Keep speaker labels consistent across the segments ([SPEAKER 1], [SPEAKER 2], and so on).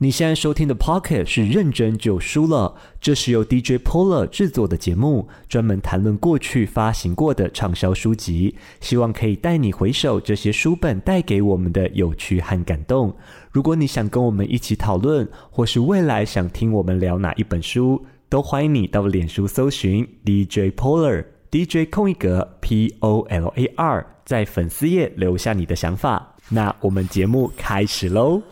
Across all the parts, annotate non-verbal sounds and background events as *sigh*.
[SPEAKER 1] 你现在收听的 Pocket 是认真就输了，这是由 DJ Polar 制作的节目，专门谈论过去发行过的畅销书籍，希望可以带你回首这些书本带给我们的有趣和感动。如果你想跟我们一起讨论，或是未来想听我们聊哪一本书，都欢迎你到脸书搜寻 DJ Polar DJ 空一格 P O L A R，在粉丝页留下你的想法。那我们节目开始喽。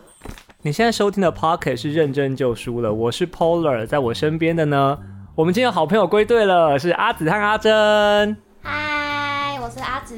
[SPEAKER 2] 你现在收听的 Pocket 是认真就输了，我是 Polar，在我身边的呢，我们今天有好朋友归队了，是阿紫和阿珍。
[SPEAKER 3] 嗨，我是阿紫。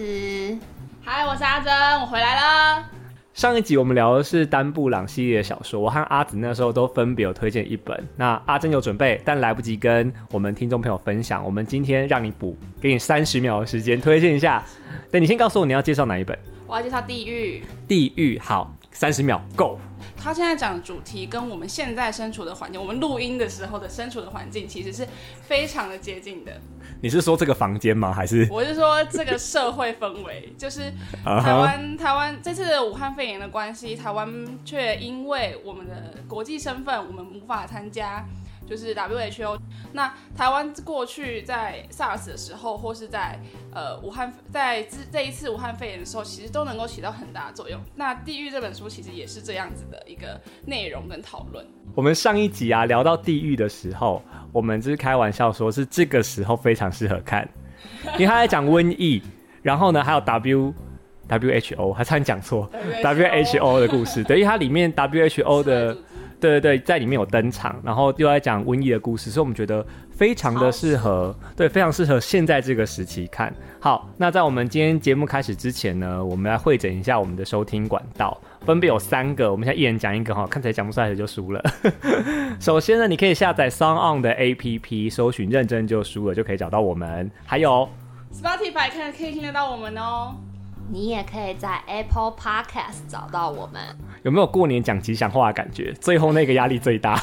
[SPEAKER 4] 嗨，我是阿珍，我回来了。
[SPEAKER 2] 上一集我们聊的是丹布朗系列的小说，我和阿紫那时候都分别有推荐一本。那阿珍有准备，但来不及跟我们听众朋友分享。我们今天让你补，给你三十秒的时间推荐一下。对，你先告诉我你要介绍哪一本？
[SPEAKER 4] 我要介绍《地狱》，
[SPEAKER 2] 地狱好，三十秒 Go。
[SPEAKER 4] 他现在讲的主题跟我们现在身处的环境，我们录音的时候的身处的环境其实是非常的接近的。
[SPEAKER 2] 你是说这个房间吗？还是
[SPEAKER 4] *laughs* 我是说这个社会氛围，就是
[SPEAKER 2] 啊
[SPEAKER 4] 台
[SPEAKER 2] 哈？
[SPEAKER 4] 湾台湾这次的武汉肺炎的关系，台湾却因为我们的国际身份，我们无法参加。就是 WHO，那台湾过去在 SARS 的时候，或是在呃武汉在这这一次武汉肺炎的时候，其实都能够起到很大的作用。那《地狱》这本书其实也是这样子的一个内容跟讨论。
[SPEAKER 2] 我们上一集啊聊到地狱的时候，我们就是开玩笑说是这个时候非常适合看，因为他在讲瘟疫，然后呢还有 W W H O，还差点讲错 W H O 的故事，对，因为它里面 W H O 的
[SPEAKER 4] 世卫组织
[SPEAKER 2] 对对对，在里面有登场，然后又在讲瘟疫的故事，所以我们觉得非常的适合，对，非常适合现在这个时期看。好，那在我们今天节目开始之前呢，我们来会诊一下我们的收听管道，分别有三个，我们现在一人讲一个哈，看谁讲不出来谁就输了。 *laughs* 首先呢，你可以下载 Sound On 的 APP，搜寻“认真就输了”就可以找到我们。还有
[SPEAKER 4] Spotify 看可以听得到我们哦。
[SPEAKER 3] 你也可以在 Apple Podcast 找到我们。
[SPEAKER 2] 有没有过年讲吉祥话的感觉？最后那个压力最大。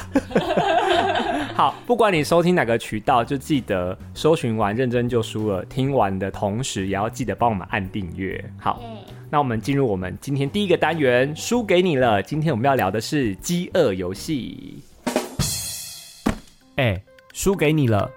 [SPEAKER 2] 好，不管你收听哪个渠道，就记得搜寻完认真就输了。听完的同时，也要记得帮我们按订阅。好，那我们进入我们今天第一个单元，输给你了。今天我们要聊的是饥饿游戏。哎、输给你了。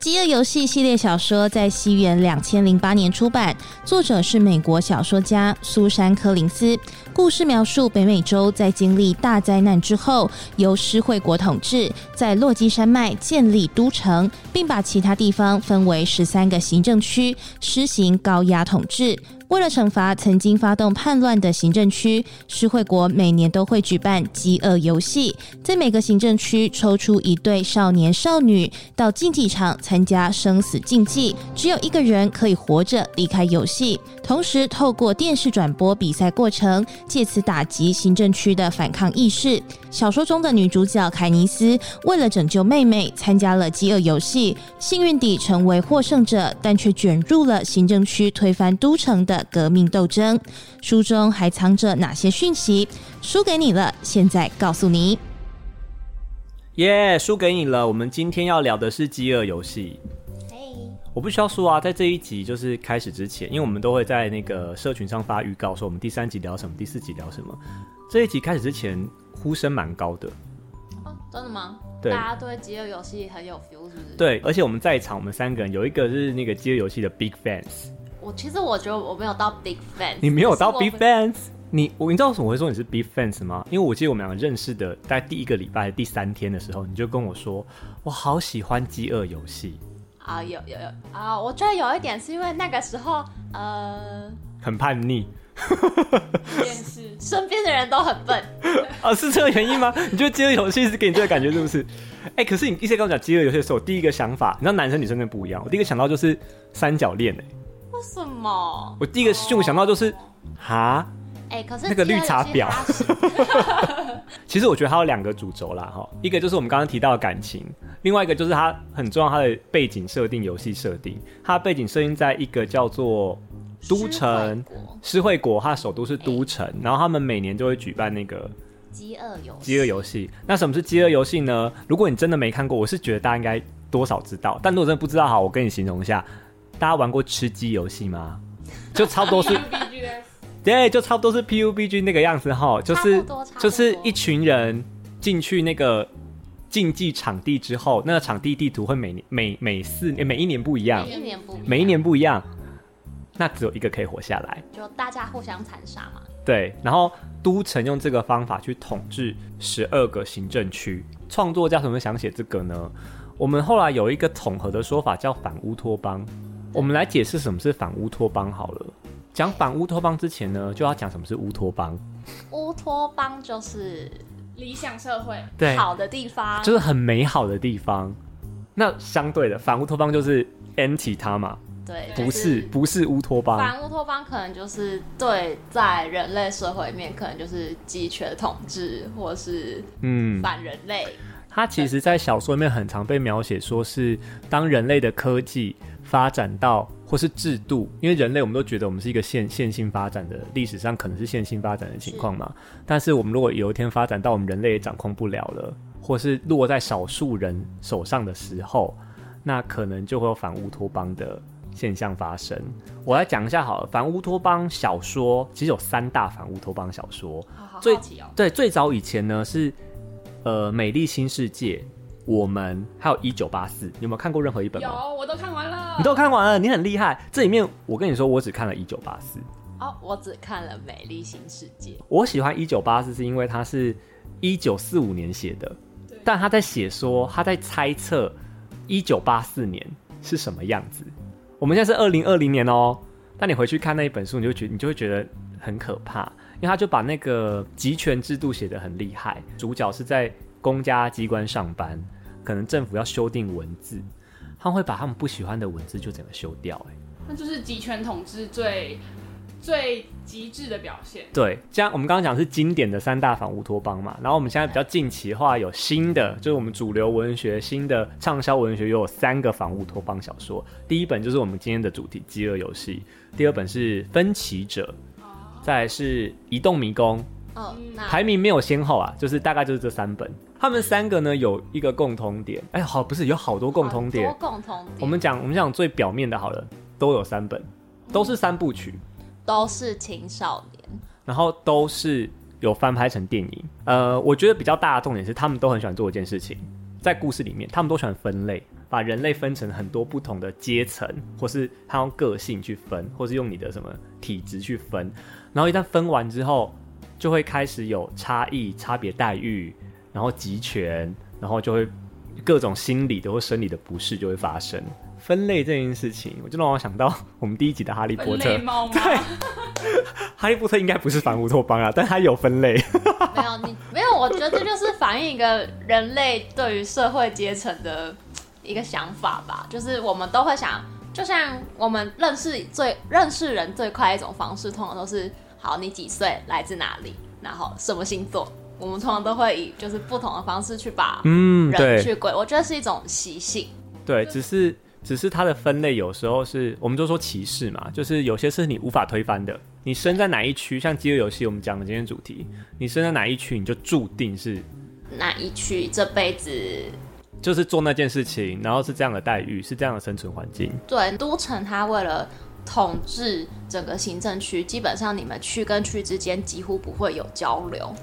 [SPEAKER 5] 《饥饿游戏》系列小说在西元两千零八年出版，作者是美国小说家苏珊·柯林斯。故事描述北美洲在经历大灾难之后，由施惠国统治，在落基山脉建立都城，并把其他地方分为十三个行政区，施行高压统治。为了惩罚曾经发动叛乱的行政区，施惠国每年都会举办饥饿游戏，在每个行政区抽出一对少年少女到竞技场参加生死竞技，只有一个人可以活着离开游戏。同时，透过电视转播比赛过程，借此打击行政区的反抗意识。小说中的女主角凯尼斯为了拯救妹妹，参加了饥饿游戏，幸运地成为获胜者，但却卷入了行政区推翻都城的革命斗争。书中还藏着哪些讯息？输给你了，现在告诉你。
[SPEAKER 2] 耶、输给你了。我们今天要聊的是饥饿游戏。
[SPEAKER 3] 嘿，
[SPEAKER 2] 我不需要说啊，在这一集就是开始之前，因为我们都会在那个社群上发预告，说我们第三集聊什么，第四集聊什么。这一集开始之前，呼声蛮高的，
[SPEAKER 3] 哦，真的吗？
[SPEAKER 2] 对
[SPEAKER 3] 大家对饥饿游戏很有 feel 是不是？，
[SPEAKER 2] 对，而且我们在场，我们三个人有一个是那个饥饿游戏的 big fans，
[SPEAKER 3] 我其实我觉得我没有到 big fan，
[SPEAKER 2] 你没有到
[SPEAKER 3] 可是
[SPEAKER 2] big
[SPEAKER 3] 我
[SPEAKER 2] fans，你我你知道为什么我会说你是 big fans 吗？因为我记得我们两个认识的在第一个礼拜第三天的时候，你就跟我说，我好喜欢饥饿游戏，
[SPEAKER 3] 啊，有有有啊，我觉得有一点是因为那个时候，呃，
[SPEAKER 2] 很叛逆
[SPEAKER 4] 电视，
[SPEAKER 3] 身边的人都很笨，
[SPEAKER 2] 啊，是这个原因吗？ *laughs* 你觉得饥饿游戏是给你这个感觉是不是？哎、可是你一直跟我讲饥饿游戏的时候，我第一个想法，你知道男生女生真的不一样，我第一个想到就是三角恋哎、
[SPEAKER 3] 为什么？
[SPEAKER 2] 我第一个就想到就是哈，
[SPEAKER 3] 哎、可是
[SPEAKER 2] 那个
[SPEAKER 3] 饥饿
[SPEAKER 2] 绿茶
[SPEAKER 3] 游戏
[SPEAKER 2] 婊
[SPEAKER 3] 它是
[SPEAKER 2] 其实我觉得它有两个主轴啦哈，一个就是我们刚刚提到的感情，另外一个就是它很重要它的背景设定、游戏设定，它的背景设定在一个叫做 *laughs* 都
[SPEAKER 3] 施惠
[SPEAKER 2] 城。
[SPEAKER 3] 国
[SPEAKER 2] 诗会国，它的首都是都城，然后他们每年就会举办那个
[SPEAKER 3] 饥饿游戏，
[SPEAKER 2] 饥饿游戏。那什么是饥饿游戏呢？如果你真的没看过，我是觉得大家应该多少知道。但如果真的不知道，好，我跟你形容一下，大家玩过吃鸡游戏 *laughs* 吗？就差不多是
[SPEAKER 4] BGS
[SPEAKER 2] 对，就差不多是 PUBG 那个样子哈，就是
[SPEAKER 3] 差不多差不多
[SPEAKER 2] 就是一群人进去那个竞技场地之后，那个场地地图会每年每每四年每一年不一样
[SPEAKER 3] 每，一年不一样
[SPEAKER 2] 每一年不一样，那只有一个可以活下来。
[SPEAKER 3] 就大家互相残杀嘛。
[SPEAKER 2] 对，然后都城用这个方法去统治十二个行政区。创作家怎么想写这个呢？我们后来有一个统合的说法叫反乌托邦。我们来解释什么是反乌托邦好了。讲反乌托邦之前呢，就要讲什么是乌托邦。
[SPEAKER 3] 乌托邦就是
[SPEAKER 4] 理想社会，
[SPEAKER 2] 对，
[SPEAKER 3] 好的地方，
[SPEAKER 2] 就是很美好的地方。那相对的，反乌托邦就是 anti 它嘛，
[SPEAKER 3] 对，
[SPEAKER 2] 不
[SPEAKER 3] 就是
[SPEAKER 2] 是不是乌托邦。
[SPEAKER 3] 反乌托邦可能就是对在人类社会里面，可能就是集权统治或是
[SPEAKER 2] 嗯，
[SPEAKER 3] 反人类。
[SPEAKER 2] 它其实，在小说里面很常被描写，说是当人类的科技发展到或是制度，因为人类我们都觉得我们是一个线线性发展的，历史上可能是线性发展的情况嘛。但是我们如果有一天发展到我们人类也掌控不了了，或是落在少数人手上的时候，那可能就会有反乌托邦的现象发生。我来讲一下好了，反乌托邦小说其实有三大反乌托邦小说，
[SPEAKER 4] 好好
[SPEAKER 2] 最
[SPEAKER 4] 好奇哦。
[SPEAKER 2] 对，最早以前呢是呃《美丽新世界》，我们还有一九八四，你有没有看过任何一本
[SPEAKER 4] 有，
[SPEAKER 2] 吗？
[SPEAKER 4] 我都看完了。
[SPEAKER 2] 你都看完了，你很厉害。这里面我跟你说，我只看了一九八四。
[SPEAKER 3] 哦，我只看了《美丽新世界
[SPEAKER 2] 我喜欢一九八四是因为它是一九四五年写的
[SPEAKER 4] 对，
[SPEAKER 2] 但他在写说他在猜测一九八四年是什么样子。我们现在是二零二零年哦，但你回去看那一本书，你就觉你就会觉得很可怕，因为他就把那个集权制度写得很厉害。主角是在公家机关上班，可能政府要修订文字，他会把他们不喜欢的文字就整个修掉、哎。
[SPEAKER 4] 那就是集权统治最最极致的表现。
[SPEAKER 2] 对，这样我们刚刚讲是经典的三大反乌托邦嘛，然后我们现在比较近期的话，有新的，就是我们主流文学新的畅销文学又有三个反乌托邦小说，第一本就是我们今天的主题《饥饿游戏》，第二本是《分歧者》，再来是《移动迷宫》，》。
[SPEAKER 3] 哦，那
[SPEAKER 2] 排名没有先后啊，就是大概就是这三本，他们三个呢有一个共通点，哎，好，不是有好多共通点
[SPEAKER 3] 好，多共同点，
[SPEAKER 2] 我们讲我们讲最表面的好了，都有三本，都是三部曲，
[SPEAKER 3] 都是青少年，
[SPEAKER 2] 然后都是有翻拍成电影。呃，我觉得比较大的重点是，他们都很喜欢做一件事情，在故事里面，他们都喜欢分类，把人类分成很多不同的阶层，或是他用个性去分，或是用你的什么体质去分。然后一旦分完之后，就会开始有差异、差别待遇，然后集权，然后就会各种心理的或生理的不适就会发生。分类这件事情，我就让我想到我们第一集的《哈利波
[SPEAKER 4] 分
[SPEAKER 2] 特》
[SPEAKER 4] *laughs* 类猫吗？
[SPEAKER 2] 哈利波特应该不是反乌托邦啊，但它有分类。
[SPEAKER 3] 没有你没有，我觉得这就是反映一个人类对于社会阶层的一个想法吧，就是我们都会想，就像我们认识最认识人最快的一种方式，通常都是好你几岁，来自哪里，然后什么星座，我们通常都会以就是不同的方式去把
[SPEAKER 2] 嗯
[SPEAKER 3] 人去归，我觉得是一种习性。
[SPEAKER 2] 对，只是只是它的分类有时候是，我们就说歧视嘛，就是有些是你无法推翻的。你生在哪一区，像饥饿游戏我们讲的今天主题，你生在哪一区，你就注定是
[SPEAKER 3] 那一区这辈子，
[SPEAKER 2] 就是做那件事情，然后是这样的待遇，是这样的生存环境。
[SPEAKER 3] 对都城，它为了统治整个行政区，基本上你们区跟区之间几乎不会有交流。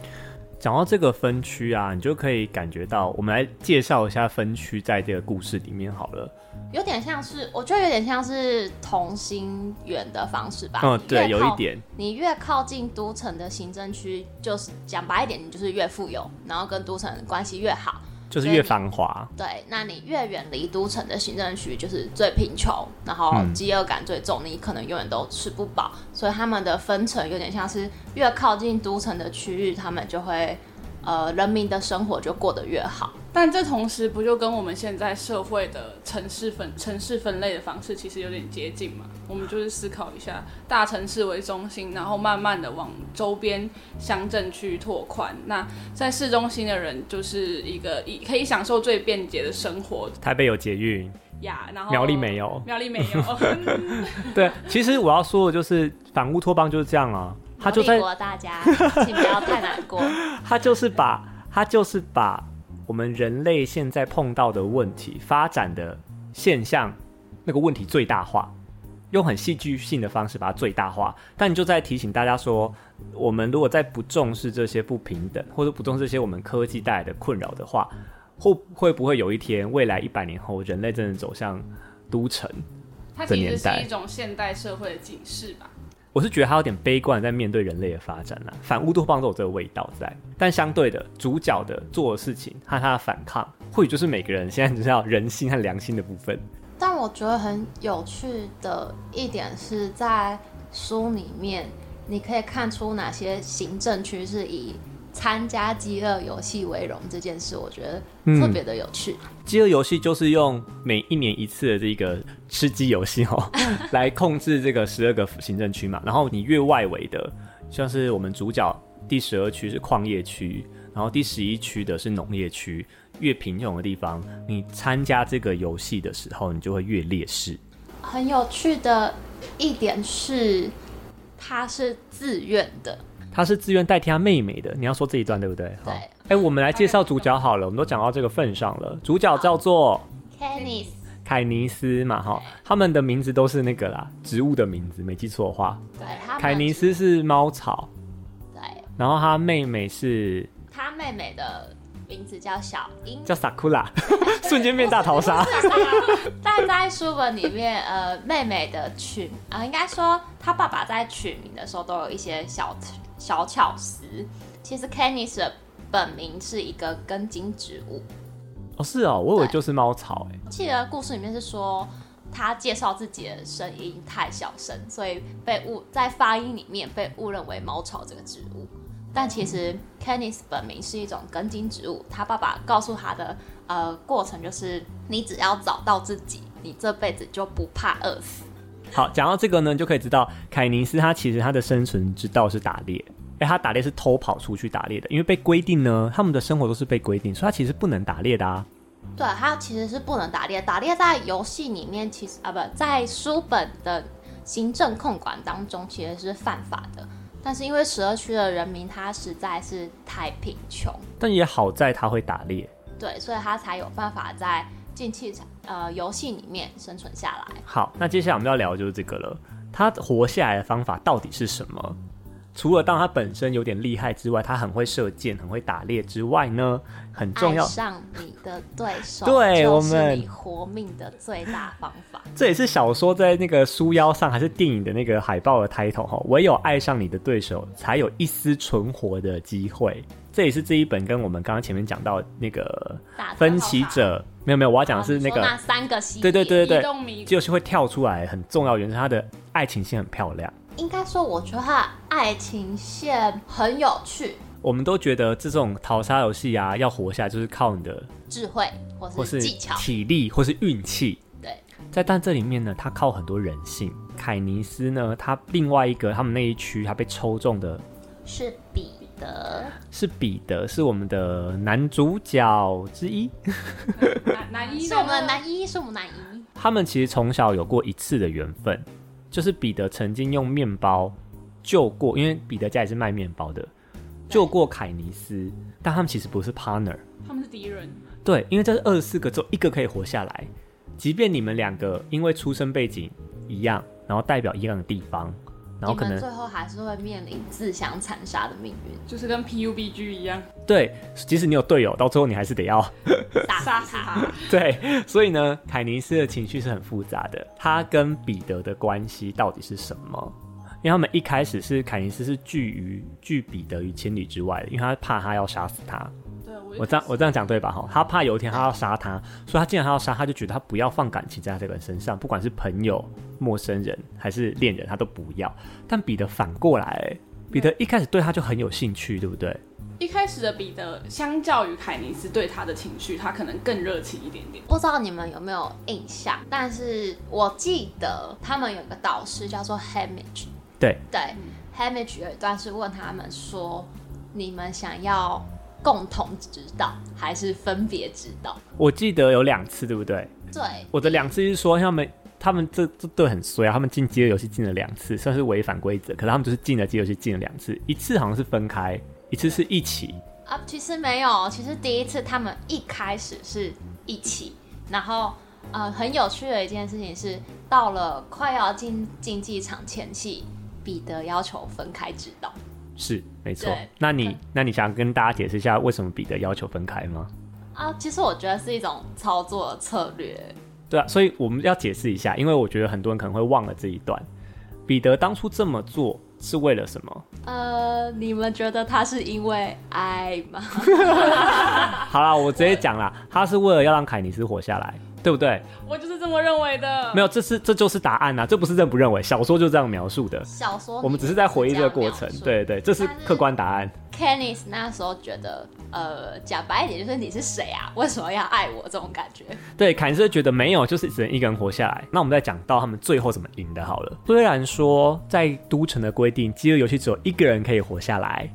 [SPEAKER 2] 讲到这个分区啊，你就可以感觉到，我们来介绍一下分区在这个故事里面好了。
[SPEAKER 3] 有点像是，我觉得有点像是同心圆的方式吧。
[SPEAKER 2] 嗯，对，
[SPEAKER 3] 你越
[SPEAKER 2] 有
[SPEAKER 3] 靠
[SPEAKER 2] 一。点，
[SPEAKER 3] 你越靠近都城的行政区，就是讲白一点，你就是越富有，然后跟都城的关系越好。
[SPEAKER 2] 就是
[SPEAKER 3] 所以
[SPEAKER 2] 越
[SPEAKER 3] 你
[SPEAKER 2] 繁华。
[SPEAKER 3] 对，那你越远离都城的行政区，就是最贫穷，然后
[SPEAKER 2] 嗯
[SPEAKER 3] 饥饿感最重，你可能永远都吃不饱。所以他们的分层有点像是越靠近都城的区域，他们就会呃人民的生活就过得越好。
[SPEAKER 4] 但这同时不就跟我们现在社会的城市分城市分类的方式其实有点接近嘛？我们就是思考一下，大城市为中心，然后慢慢的往周边乡镇去拓宽。那在市中心的人就是一个以可以享受最便捷的生活
[SPEAKER 2] 台北有捷运，
[SPEAKER 4] 呀，然后
[SPEAKER 2] 苗栗没有。
[SPEAKER 4] *laughs* 苗栗没有，嗯
[SPEAKER 2] 对，其实我要说的就是反乌托邦就是这样啊，他就
[SPEAKER 3] 国
[SPEAKER 2] 在
[SPEAKER 3] 国大家，请不要太难
[SPEAKER 2] *laughs*
[SPEAKER 3] 过。 *laughs*
[SPEAKER 2] 他就是把他就是把我们人类现在碰到的问题发展的现象那个问题最大化，用很戏剧性的方式把它最大化，但你就在提醒大家说，我们如果在不重视这些不平等，或者不重视这些我们科技带来的困扰的话，会会不会有一天，未来一百年后，人类真的走向都城？
[SPEAKER 4] 它
[SPEAKER 2] 这
[SPEAKER 4] 其实
[SPEAKER 2] 年
[SPEAKER 4] 是
[SPEAKER 2] 代
[SPEAKER 4] 一种现代社会的警示吧。
[SPEAKER 2] 我是觉得他有点悲观地在面对人类的发展啦，反乌托邦都有这个味道在，但相对的，主角的做的事情和他的反抗，或许就是每个人现在只知道人性和良心的部分。
[SPEAKER 3] 但我觉得很有趣的一点是在书里面，你可以看出哪些行政区是以参加饥饿游戏为荣这件事，我觉得
[SPEAKER 2] 嗯
[SPEAKER 3] 特别的有趣。
[SPEAKER 2] 饥饿游戏就是用每一年一次的这个吃鸡游戏哦，来控制这个十二个行政区嘛。然后你越外围的，像是我们主角第十二区是矿业区，然后第十一区的是农业区，越贫穷的地方，你参加这个游戏的时候，你就会越劣势。
[SPEAKER 3] 很有趣的一点是，它是自愿的，
[SPEAKER 2] 他是自愿代替他妹妹的。你要说这一段对不对？好
[SPEAKER 3] 对
[SPEAKER 2] 哎、我们来介绍主角好了，我们都讲到这个份上了。主角叫做
[SPEAKER 3] Kenny
[SPEAKER 2] 凯尼斯嘛，哈，他们的名字都是那个啦，植物的名字，没记错的话，
[SPEAKER 3] 对，他们
[SPEAKER 2] 凯尼斯是猫草，
[SPEAKER 3] 对，
[SPEAKER 2] 然后他妹妹是
[SPEAKER 3] 他妹妹的名字叫小樱。
[SPEAKER 2] 叫萨库
[SPEAKER 3] *laughs*
[SPEAKER 2] 拉，瞬间变大逃杀。
[SPEAKER 3] 但在书本里面，呃，妹妹的取啊、应该说她爸爸在取名的时候都有一些小小巧思。其实 Kenny 的本名是一个根茎植物，
[SPEAKER 2] 哦，是哦，我以为就是猫草、哎，
[SPEAKER 3] 记得故事里面是说他介绍自己的声音太小声，所以被误在发音里面被误认为猫草这个植物。但其实 Kennis 本名是一种根茎植物，他爸爸告诉他的呃过程就是，你只要找到自己，你这辈子就不怕饿死。
[SPEAKER 2] 好，讲到这个呢，就可以知道凯尼斯他其实他的生存之道是打猎，哎，他打猎是偷跑出去打猎的，因为被规定呢，他们的生活都是被规定，所以他其实不能打猎的啊。
[SPEAKER 3] 对，他其实是不能打猎，打猎在游戏里面其实啊不在书本的行政控管当中其实是犯法的。但是因为十二区的人民他实在是太贫穷，
[SPEAKER 2] 但也好在他会打猎。
[SPEAKER 3] 对，所以他才有办法在竞技场呃游戏里面生存下来。
[SPEAKER 2] 好，那接下来我们要聊的就是这个了，他活下来的方法到底是什么？除了当他本身有点厉害之外，他很会射箭，很会打猎之外呢，很重
[SPEAKER 3] 爱
[SPEAKER 2] 要，
[SPEAKER 3] 上你的对手，
[SPEAKER 2] 对我
[SPEAKER 3] 就是
[SPEAKER 2] 们
[SPEAKER 3] 你活命的最大方法。
[SPEAKER 2] 这也是小说在那个书腰上还是电影的那个海报的 title 哈，唯有爱上你的对手，才有一丝存活的机会。这也是这一本跟我们刚刚前面讲到那个
[SPEAKER 3] 打
[SPEAKER 2] 分歧者，没有没有，我要讲的
[SPEAKER 3] 哦
[SPEAKER 2] 是
[SPEAKER 3] 你
[SPEAKER 2] 那
[SPEAKER 3] 说
[SPEAKER 2] 个
[SPEAKER 3] 那三个系
[SPEAKER 2] 对对
[SPEAKER 3] 列
[SPEAKER 2] 对对
[SPEAKER 4] 移动迷
[SPEAKER 2] 就是会跳出来很重要，原因是他的爱情线很漂亮。
[SPEAKER 3] 应该说，我觉得他的爱情线很有趣，
[SPEAKER 2] 我们都觉得这种淘沙游戏啊，要活下来就是靠你的
[SPEAKER 3] 智慧
[SPEAKER 2] 或
[SPEAKER 3] 或
[SPEAKER 2] 是
[SPEAKER 3] 是技巧，
[SPEAKER 2] 体力或是运气。
[SPEAKER 3] 对，
[SPEAKER 2] 在但这里面呢，它靠很多人性。凯尼斯呢，他另外一个他们那一区他被抽中的
[SPEAKER 3] 是彼得。
[SPEAKER 2] 是彼得，是我们的男主角之一。
[SPEAKER 4] 男男一
[SPEAKER 3] 是
[SPEAKER 4] 的
[SPEAKER 3] 我们
[SPEAKER 4] 呢
[SPEAKER 3] 男一，是我们男一，
[SPEAKER 2] 他们其实从小有过一次的缘分，就是彼得曾经用面包救过，因为彼得家也是卖面包的，救过凯尼斯，但他们其实不是 partner。
[SPEAKER 4] 哦他们是敌人，
[SPEAKER 2] 对，因为这是二十四个，只有一个可以活下来。即便你们两个因为出生背景一样，然后代表一样的地方，然后
[SPEAKER 3] 你
[SPEAKER 2] 可
[SPEAKER 3] 们
[SPEAKER 2] 能
[SPEAKER 3] 最后还是会面临自相残杀的命运，
[SPEAKER 4] 就是跟 PUBG 一样
[SPEAKER 2] 对，即使你有队友，到最后你还是得要 *laughs*
[SPEAKER 4] 杀
[SPEAKER 3] 打
[SPEAKER 4] 死他。
[SPEAKER 2] 对。所以呢，凯尼斯的情绪是很复杂的，他跟彼得的关系到底是什么？因为他们一开始是凯尼斯是拒于拒彼得于千里之外的，因为他怕他要杀死他。
[SPEAKER 4] 对，我
[SPEAKER 2] 我这样我这样讲对吧？
[SPEAKER 3] 嗯
[SPEAKER 2] 哈，他怕有一天他要杀他，所以他既然他要杀，他就觉得他不要放感情在这个人身上，不管是朋友、陌生人还是恋人，他都不要。但彼得反过来、彼得一开始对他就很有兴趣，对不对？
[SPEAKER 4] 一开始的彼得，相较于凯尼斯对他的情绪，他可能更热情一点点。
[SPEAKER 3] 不知道你们有没有印象，但是我记得他们有一个导师叫做 Hamage，
[SPEAKER 2] 对，
[SPEAKER 3] 对、h a m a g e 有一段是问他们说，你们想要共同指导还是分别指导？
[SPEAKER 2] 我记得有两次，对不对？
[SPEAKER 3] 对，
[SPEAKER 2] 我的两次是说他们。他们这这队很衰啊！他们进饥饿游戏进了两次，算是违反规则。可是他们就是进了饥饿游戏进了两次，一次好像是分开，一次是一起。
[SPEAKER 3] 啊，其实没有，其实第一次他们一开始是一起，然后呃，很有趣的一件事情是，到了快要进竞技场前夕，彼得要求分开指导。
[SPEAKER 2] 是没错
[SPEAKER 3] 对。
[SPEAKER 2] 那你那你想跟大家解释一下为什么彼得要求分开吗？
[SPEAKER 3] 啊，其实我觉得是一种操作的策略。
[SPEAKER 2] 对啊，所以我们要解释一下，因为我觉得很多人可能会忘了这一段。彼得当初这么做是为了什么？
[SPEAKER 3] 呃，你们觉得他是因为爱吗？
[SPEAKER 2] 好啦，我直接讲啦，他是为了要让凯尼斯活下来，对不对？
[SPEAKER 4] 我就是这么认为的。
[SPEAKER 2] 没有，
[SPEAKER 4] 有，
[SPEAKER 2] 这是这就是答案啊，这不是认不认为，小说就这样描述的。
[SPEAKER 3] *laughs* 小说
[SPEAKER 2] 我们只哦是在回忆这个过程，对
[SPEAKER 3] 对。
[SPEAKER 2] 对，这是客观答案。
[SPEAKER 3] Kenneth 那时候觉得，呃，讲白一点就是你是谁啊？为什么要爱我？这种感觉。
[SPEAKER 2] 对，凯恩斯觉得没有，就是只能一个人活下来。那我们再讲到他们最后怎么赢的好了。虽然说在都城的规定，饥饿游戏只有一个人可以活下来，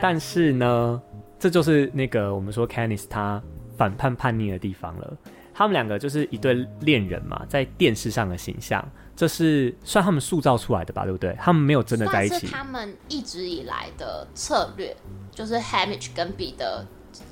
[SPEAKER 2] 但是呢，这就是那个我们说 Canis 他反叛叛逆的地方了。他们两个就是一对恋人嘛，在电视上的形象，这是算他们塑造出来的吧，对不对？他们没有真的在一
[SPEAKER 3] 算
[SPEAKER 2] 起
[SPEAKER 3] 是，他们一直以来的策略，就是 Hamish 跟彼得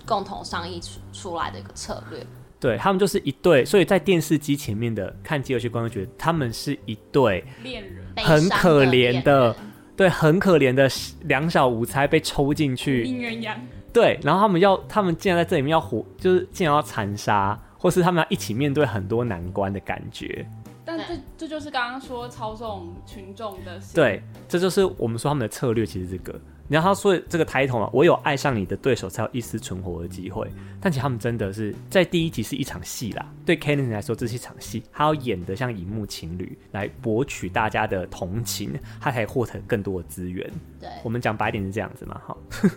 [SPEAKER 3] 共同商议出出来的一个策略。
[SPEAKER 2] 对他们就是一对，所以在电视机前面的看饥饿游戏观众觉得他们是一对
[SPEAKER 4] 恋人
[SPEAKER 3] 悲
[SPEAKER 2] 很
[SPEAKER 3] 伤
[SPEAKER 2] 可怜
[SPEAKER 3] 恋
[SPEAKER 2] 的
[SPEAKER 3] 人，
[SPEAKER 2] 对，很可怜的两小无猜被抽进去，
[SPEAKER 4] 姻鸳鸯，
[SPEAKER 2] 对，然后他们要，他们竟然在这里面要活，就是竟然要残杀，或是他们要一起面对很多难关的感觉，
[SPEAKER 4] 但这这就是刚刚说操纵群众的心。
[SPEAKER 2] 对，这就是我们说他们的策略，其实这个。然后他说这个 title 啊，我有爱上你的对手才有一丝存活的机会。但其实他们真的是在第一集是一场戏啦，对 k e n n y 来说这是一场戏，他要演得像荧幕情侣来博取大家的同情，他才获得更多的资源。
[SPEAKER 3] 对，
[SPEAKER 2] 我们讲白点是这样子嘛，哈。 *laughs*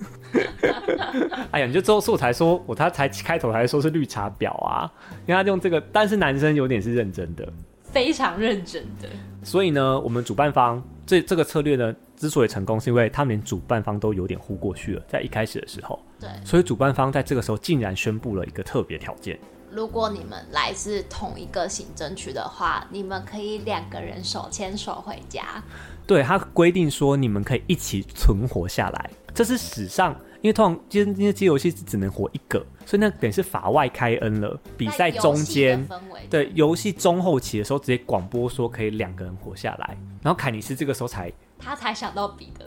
[SPEAKER 2] 哎呀，你就之后所以我才说，我他才开头还说是绿茶婊啊，因为他用这个，但是男生有点是认真的，
[SPEAKER 3] 非常认真的。
[SPEAKER 2] 所以呢，我们主办方这这个策略呢，之所以成功，是因为他们连主办方都有点忽过去了，在一开始的时候，
[SPEAKER 3] 对，
[SPEAKER 2] 所以主办方在这个时候竟然宣布了一个特别条件，
[SPEAKER 3] 如果你们来自同一个行政区的话，你们可以两个人手牵手回家。
[SPEAKER 2] 对他规定说你们可以一起存活下来，这是史上。因为通常今天今天机游戏是只能活一个，所以那等于是法外开恩了。比赛
[SPEAKER 3] 在游戏的
[SPEAKER 2] 中间，
[SPEAKER 3] 氛围，
[SPEAKER 2] 对，游戏中后期的时候直接广播说可以两个人活下来，然后凯尼斯这个时候才
[SPEAKER 3] 他才想到彼得。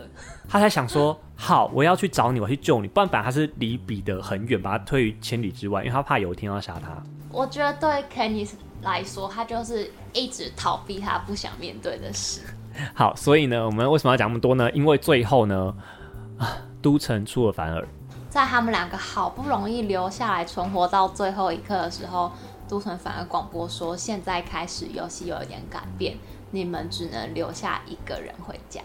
[SPEAKER 2] 他才想说，好，我要去找你，我要去救你，不然本来他是离彼得很远，把他推于千里之外，因为他怕有一天要杀他。
[SPEAKER 3] 我觉得对 Kenny 来说，他就是一直逃避他不想面对的事。
[SPEAKER 2] 好，所以呢，我们为什么要讲那么多呢？因为最后呢，啊，都城出尔反尔，
[SPEAKER 3] 在他们两个好不容易留下来存活到最后一刻的时候，都城反而广播说：“现在开始，游戏有一点改变，你们只能留下一个人回家。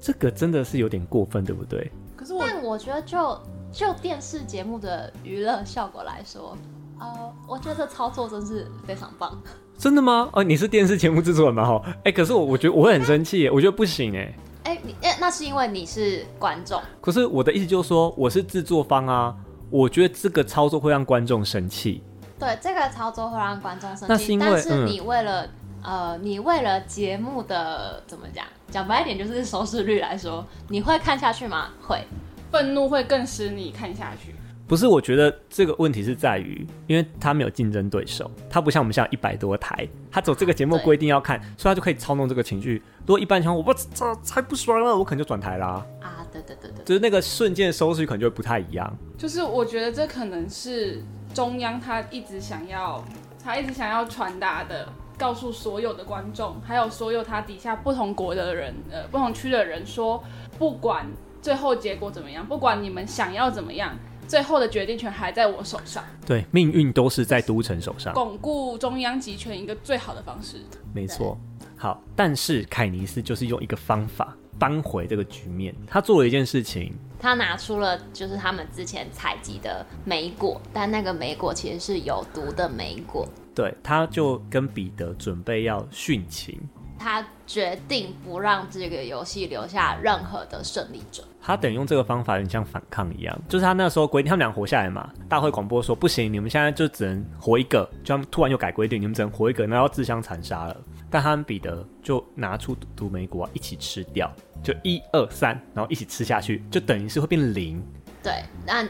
[SPEAKER 2] 这个真的是有点过分，对不对？
[SPEAKER 4] 可是”我
[SPEAKER 3] 但我觉得就就电视节目的娱乐效果来说，呃，我觉得这操作真是非常棒。
[SPEAKER 2] 真的吗？哦，你是电视节目制作人吗？哈，哎，可是我我觉得我会很生气耶，我觉得不行哎。
[SPEAKER 3] 哎、你哎、那是因为你是观众，
[SPEAKER 2] 可是我的意思就是说，我是制作方啊，我觉得这个操作会让观众生气。
[SPEAKER 3] 对这个操作会让观众生气，
[SPEAKER 2] 那是因为嗯
[SPEAKER 3] 但是你为了、呃，你为了节目的怎么讲？讲白一点，就是收视率来说，你会看下去吗？会。
[SPEAKER 4] 愤怒会更使你看下去。
[SPEAKER 2] 不是，我觉得这个问题是在于，因为他没有竞争对手，他不像我们现在一百多台，他走这个节目
[SPEAKER 3] 对
[SPEAKER 2] 规定要看，所以他就可以操弄这个情绪。如果一般情况，我这才不爽了，我可能就转台啦，
[SPEAKER 3] 啊，对对对对，
[SPEAKER 2] 就是那个瞬间的收视率可能就会不太一样。
[SPEAKER 4] 就是我觉得这可能是中央他一直想要，他一直想要传达的，告诉所有的观众，还有所有他底下不同国的人，呃，不同区的人说，不管最后结果怎么样，不管你们想要怎么样，最后的决定权还在我手上，
[SPEAKER 2] 对，命运都是在都城手上，
[SPEAKER 4] 巩固中央集权一个最好的方式。
[SPEAKER 2] 没错。好，但是凯尼斯就是用一个方法扳回这个局面，他做了一件事情，
[SPEAKER 3] 他拿出了就是他们之前采集的莓果，但那个莓果其实是有毒的莓果。
[SPEAKER 2] 对，他就跟彼得准备要殉情。
[SPEAKER 3] 他决定不让这个游戏留下任何的胜利者。
[SPEAKER 2] 他等于用这个方法有点像反抗一样，就是他那时候规定他们俩活下来嘛，大会广播说不行，你们现在就只能活一个，就他们突然又改规定，你们只能活一个，那要自相残杀了。但他们彼得就拿出毒毒莓果、啊、一起吃掉，就一二三，然后一起吃下去，就等于是会变零。
[SPEAKER 3] 对，那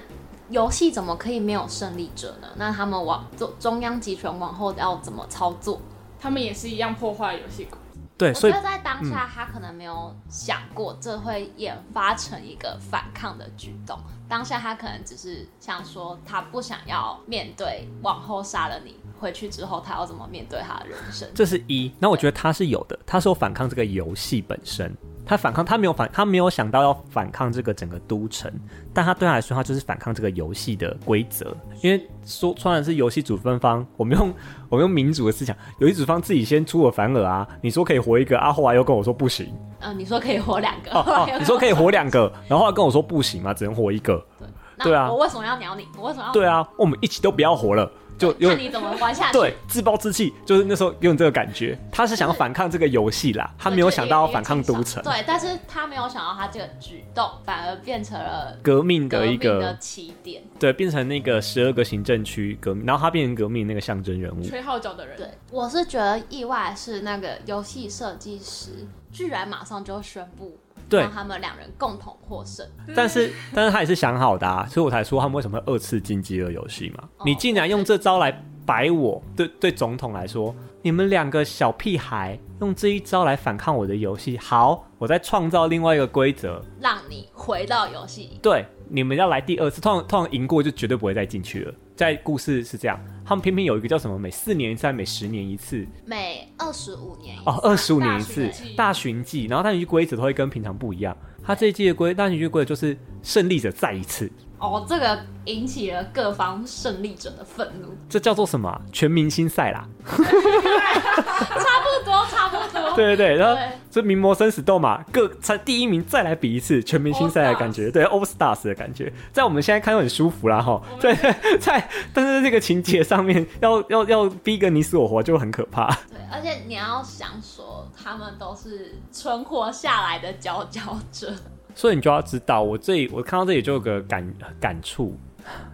[SPEAKER 3] 游戏怎么可以没有胜利者呢？那他们往中中央集权往后要怎么操作？
[SPEAKER 4] 他们也是一样破坏游戏规则
[SPEAKER 2] 对，
[SPEAKER 3] 我
[SPEAKER 2] 所
[SPEAKER 3] 觉
[SPEAKER 2] 以嗯
[SPEAKER 3] 得在当下，他可能没有想过这会演发成一个反抗的举动。当下他可能只是想说，他不想要面对往后杀了你，回去之后他要怎么面对他的人生。
[SPEAKER 2] 这是一。那我觉得他是有的，他是有反抗这个游戏本身，他反抗，他没有反，他没有想到要反抗这个整个都城，但他对他来说，他就是反抗这个游戏的规则。因为说穿的是游戏主办方，我们用 *laughs* 我们用民主的思想，游戏主办方自己先出尔反尔啊，你说可以活一个，啊，后来又跟我说不行，
[SPEAKER 3] 嗯，你说可以活两个，
[SPEAKER 2] *laughs* 哦哦，你说可以活两个，然后后来跟我说不行嘛，只能活一个，
[SPEAKER 3] *laughs* 那
[SPEAKER 2] 对啊
[SPEAKER 3] 我为什么要鸟你？我为什么要？
[SPEAKER 2] 对啊，我们一起都不要活了，就有
[SPEAKER 3] 看你怎么玩下
[SPEAKER 2] *laughs*
[SPEAKER 3] 去。
[SPEAKER 2] 对，自暴自弃，就是那时候有这个感觉，他是想要反抗这个游戏啦，他没有想到要反抗都城，
[SPEAKER 3] 对，但是他没有想到他这个举动反而变成了
[SPEAKER 2] 革命
[SPEAKER 3] 革
[SPEAKER 2] 的一
[SPEAKER 3] 命
[SPEAKER 2] 个
[SPEAKER 3] 的起点。
[SPEAKER 2] 对，变成那个十二个行政区革命，然后他变成革命那个象征人物，
[SPEAKER 4] 吹号角的人。
[SPEAKER 3] 对，我是觉得意外是那个游戏设计师居然马上就宣布
[SPEAKER 2] 对
[SPEAKER 3] 让他们两人共同获胜。
[SPEAKER 2] 但是但是他也是想好的啊，所以我才说他们为什么会二次进饥饿游戏嘛，
[SPEAKER 3] 哦
[SPEAKER 2] 你竟然用这招来摆我，对对，总统来说，你们两个小屁孩用这一招来反抗我的游戏，好，我再创造另外一个规则，
[SPEAKER 3] 让你回到游戏，
[SPEAKER 2] 对，你们要来第二次，通常通常赢过就绝对不会再进去了。在故事是这样，他们偏偏有一个叫什么，每四年一次，还每十年一次，
[SPEAKER 3] 每二十五年一
[SPEAKER 2] 哦，二十五年一
[SPEAKER 3] 大
[SPEAKER 2] 次
[SPEAKER 3] 巡
[SPEAKER 4] 祭
[SPEAKER 2] 大巡季，然后大巡季规则都会跟平常不一样。他这一季的规大巡季规则就是胜利者再一次，
[SPEAKER 3] 哦，这个引起了各方胜利者的愤怒。
[SPEAKER 2] 这叫做什么啊、全明星赛啦。
[SPEAKER 3] 差不多，差不多。
[SPEAKER 2] 对对对，然后
[SPEAKER 3] 对
[SPEAKER 2] 这名模生死斗嘛，各才第一名再来比一次全明星赛的感觉，对 All Stars 的感觉，在我们现在看都很舒服啦哈。在在，但是这个情节上面要要要逼个你死我活就很可怕。
[SPEAKER 3] 对，而且你要想说，他们都是存活下来的佼佼者。
[SPEAKER 2] 所以你就要知道，我这里我看到这里就有个感感触，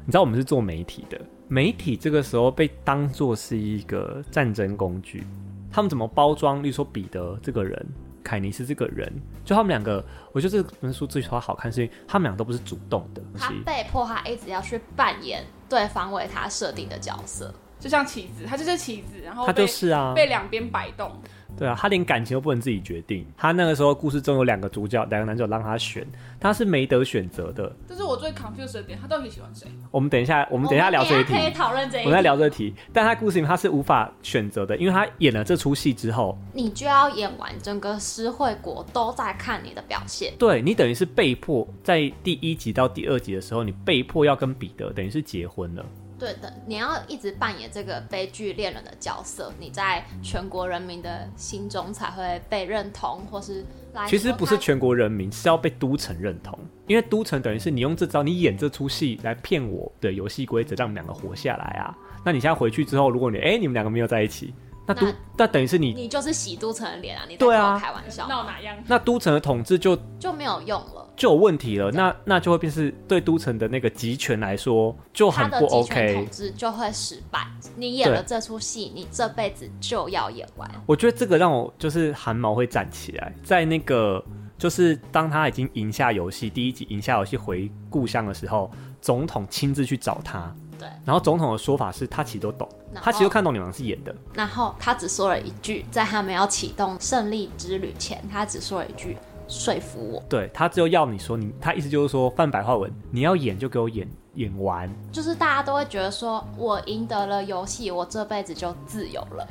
[SPEAKER 2] 你知道我们是做媒体的，媒体这个时候被当做是一个战争工具，他们怎么包装，例如说彼得这个人，凯尼斯这个人，就他们两个，我觉得这本书最说好看是因为他们俩都不是主动的东
[SPEAKER 3] 他
[SPEAKER 2] 西，
[SPEAKER 3] 被迫，他一直要去扮演对方为他设定的角色。
[SPEAKER 4] 就像棋子，它就是棋子，然后
[SPEAKER 2] 他
[SPEAKER 4] 被
[SPEAKER 2] 就是啊，
[SPEAKER 4] 被两边摆动，
[SPEAKER 2] 对啊，他连感情都不能自己决定，他那个时候故事中有两个主角，两个男主角让他选，他是没得选择的。
[SPEAKER 4] 这是我最 confused 的点，他到底喜欢谁？
[SPEAKER 2] 我们等一下，我
[SPEAKER 3] 我
[SPEAKER 2] 们等一下聊这一
[SPEAKER 3] 等
[SPEAKER 2] 题。
[SPEAKER 3] 可以讨论这一
[SPEAKER 2] 我们在
[SPEAKER 3] 题。
[SPEAKER 2] 聊这题，但他故事里面他是无法选择的，因为他演了这出戏之后，
[SPEAKER 3] 你就要演完整个诗会国都在看你的表现。
[SPEAKER 2] 对你等于是被迫在第一集到第二集的时候，你被迫要跟彼得等于是结婚了。
[SPEAKER 3] 对的，你要一直扮演这个悲剧恋人的角色，你在全国人民的心中才会被认同，或是来
[SPEAKER 2] 其实不是
[SPEAKER 3] 说
[SPEAKER 2] 全国人民，是要被都城认同，因为都城等于是你用这招，你演这出戏来骗我的游戏规则，让你们两个活下来啊。那你现在回去之后，如果你哎、你们两个没有在一起，那都
[SPEAKER 3] 那
[SPEAKER 2] 那等于是
[SPEAKER 3] 他
[SPEAKER 2] 你
[SPEAKER 3] 你就是喜都城的脸啊！你在跟
[SPEAKER 2] 对啊
[SPEAKER 3] 我开玩笑，
[SPEAKER 4] 闹哪样？
[SPEAKER 2] 那都城的统治就
[SPEAKER 3] 就没有用了。
[SPEAKER 2] 就有问题了，那那就会变是对都城的那个集权来说就
[SPEAKER 3] 他
[SPEAKER 2] 很
[SPEAKER 3] 的
[SPEAKER 2] 不
[SPEAKER 3] 集
[SPEAKER 2] OK。
[SPEAKER 3] 权统治就会失败。你演了这出戏，你这辈子就要演完。
[SPEAKER 2] 我觉得这个让我就是汗毛会站起来，在那个就是当他已经赢下游戏第一集赢下游戏回故乡的时候，总统亲自去找他，
[SPEAKER 3] 对，
[SPEAKER 2] 然后总统的说法是他其实都懂，
[SPEAKER 3] 然后
[SPEAKER 2] 他其实都看懂你们是演的，
[SPEAKER 3] 然后他只说了一句，在他们要启动胜利之旅前，他只说了一句说服我，
[SPEAKER 2] 对他只有要你说你，他意思就是说泛白话文，你要演就给我演演完，
[SPEAKER 3] 就是大家都会觉得说我赢得了游戏，我这辈子就自由了。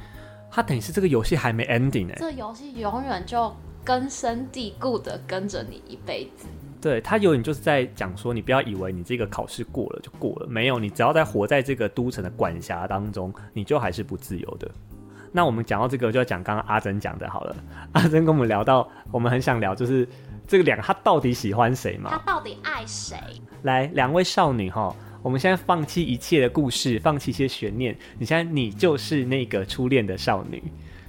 [SPEAKER 2] 他等于是这个游戏还没 ending 哎、
[SPEAKER 3] 这游戏永远就根深蒂固的跟着你一辈子。
[SPEAKER 2] 对他有点就是在讲说，你不要以为你这个考试过了就过了，没有，你只要在活在这个都城的管辖当中，你就还是不自由的。那我们讲到这个，就要讲刚刚阿珍讲的好了。阿珍跟我们聊到，我们很想聊就是这个两个他到底喜欢谁
[SPEAKER 3] 他
[SPEAKER 2] 嘛？
[SPEAKER 3] 到底爱谁？
[SPEAKER 2] 来，两位少女哈，我们现在放弃一切的故事，放弃一些悬念，你现在你就是那个初恋的少女，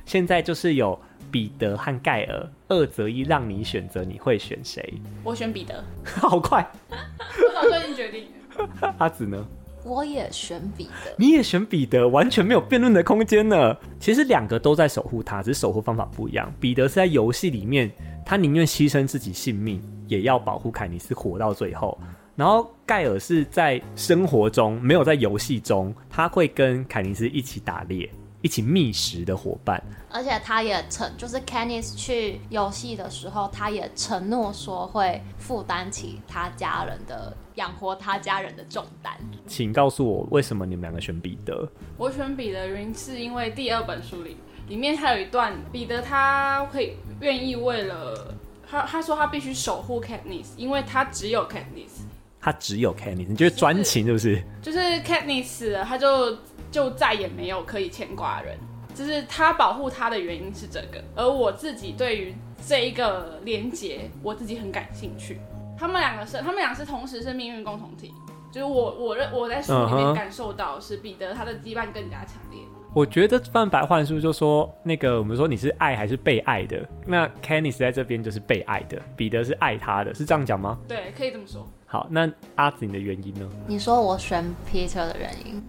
[SPEAKER 2] 现在就是有彼得和盖尔二择一让你选择，你会选谁？ *laughs*
[SPEAKER 4] 我选彼得，
[SPEAKER 2] 好快，
[SPEAKER 4] 我早就已经决定了。
[SPEAKER 2] 阿紫呢？
[SPEAKER 3] 我也选彼得。
[SPEAKER 2] 你也选彼得，完全没有辩论的空间呢。其实两个都在守护他，只是守护方法不一样。彼得是在游戏里面，他宁愿牺牲自己性命，也要保护凯尼斯活到最后。然后盖尔是在生活中，没有在游戏中，他会跟凯尼斯一起打猎，一起觅食的伙伴。
[SPEAKER 3] 而且他也承，就是 Kenneth 去游戏的时候，他也承诺说会负担起他家人的养活他家人的重担。
[SPEAKER 2] 请告诉我，为什么你们两个选彼得？
[SPEAKER 4] 我选彼得的原因是因为第二本书里里面还有一段彼得他可以愿意为了他他说他必须守护 Katniss，因为他只有 Katniss，
[SPEAKER 2] 他只有 Kenny，你觉得专情是不是？
[SPEAKER 4] 就是 Katniss 死了，他就就再也没有可以牵挂的人。就是他保护他的原因是这个，而我自己对于这一个连结，我自己很感兴趣。他们两个是，他们俩是同时是命运共同体。就是我我认我在书里
[SPEAKER 2] 嗯哼
[SPEAKER 4] 面感受到是彼得他的羁绊更加强烈。
[SPEAKER 2] 我觉得翻白话书就说那个我们说你是爱还是被爱的，那 Kenny 在这边就是被爱的，彼得是爱他的，是这样讲吗？
[SPEAKER 4] 对，可以这么说。
[SPEAKER 2] 好，那阿紫你的原因呢
[SPEAKER 3] 你说我选 Peter 的原因，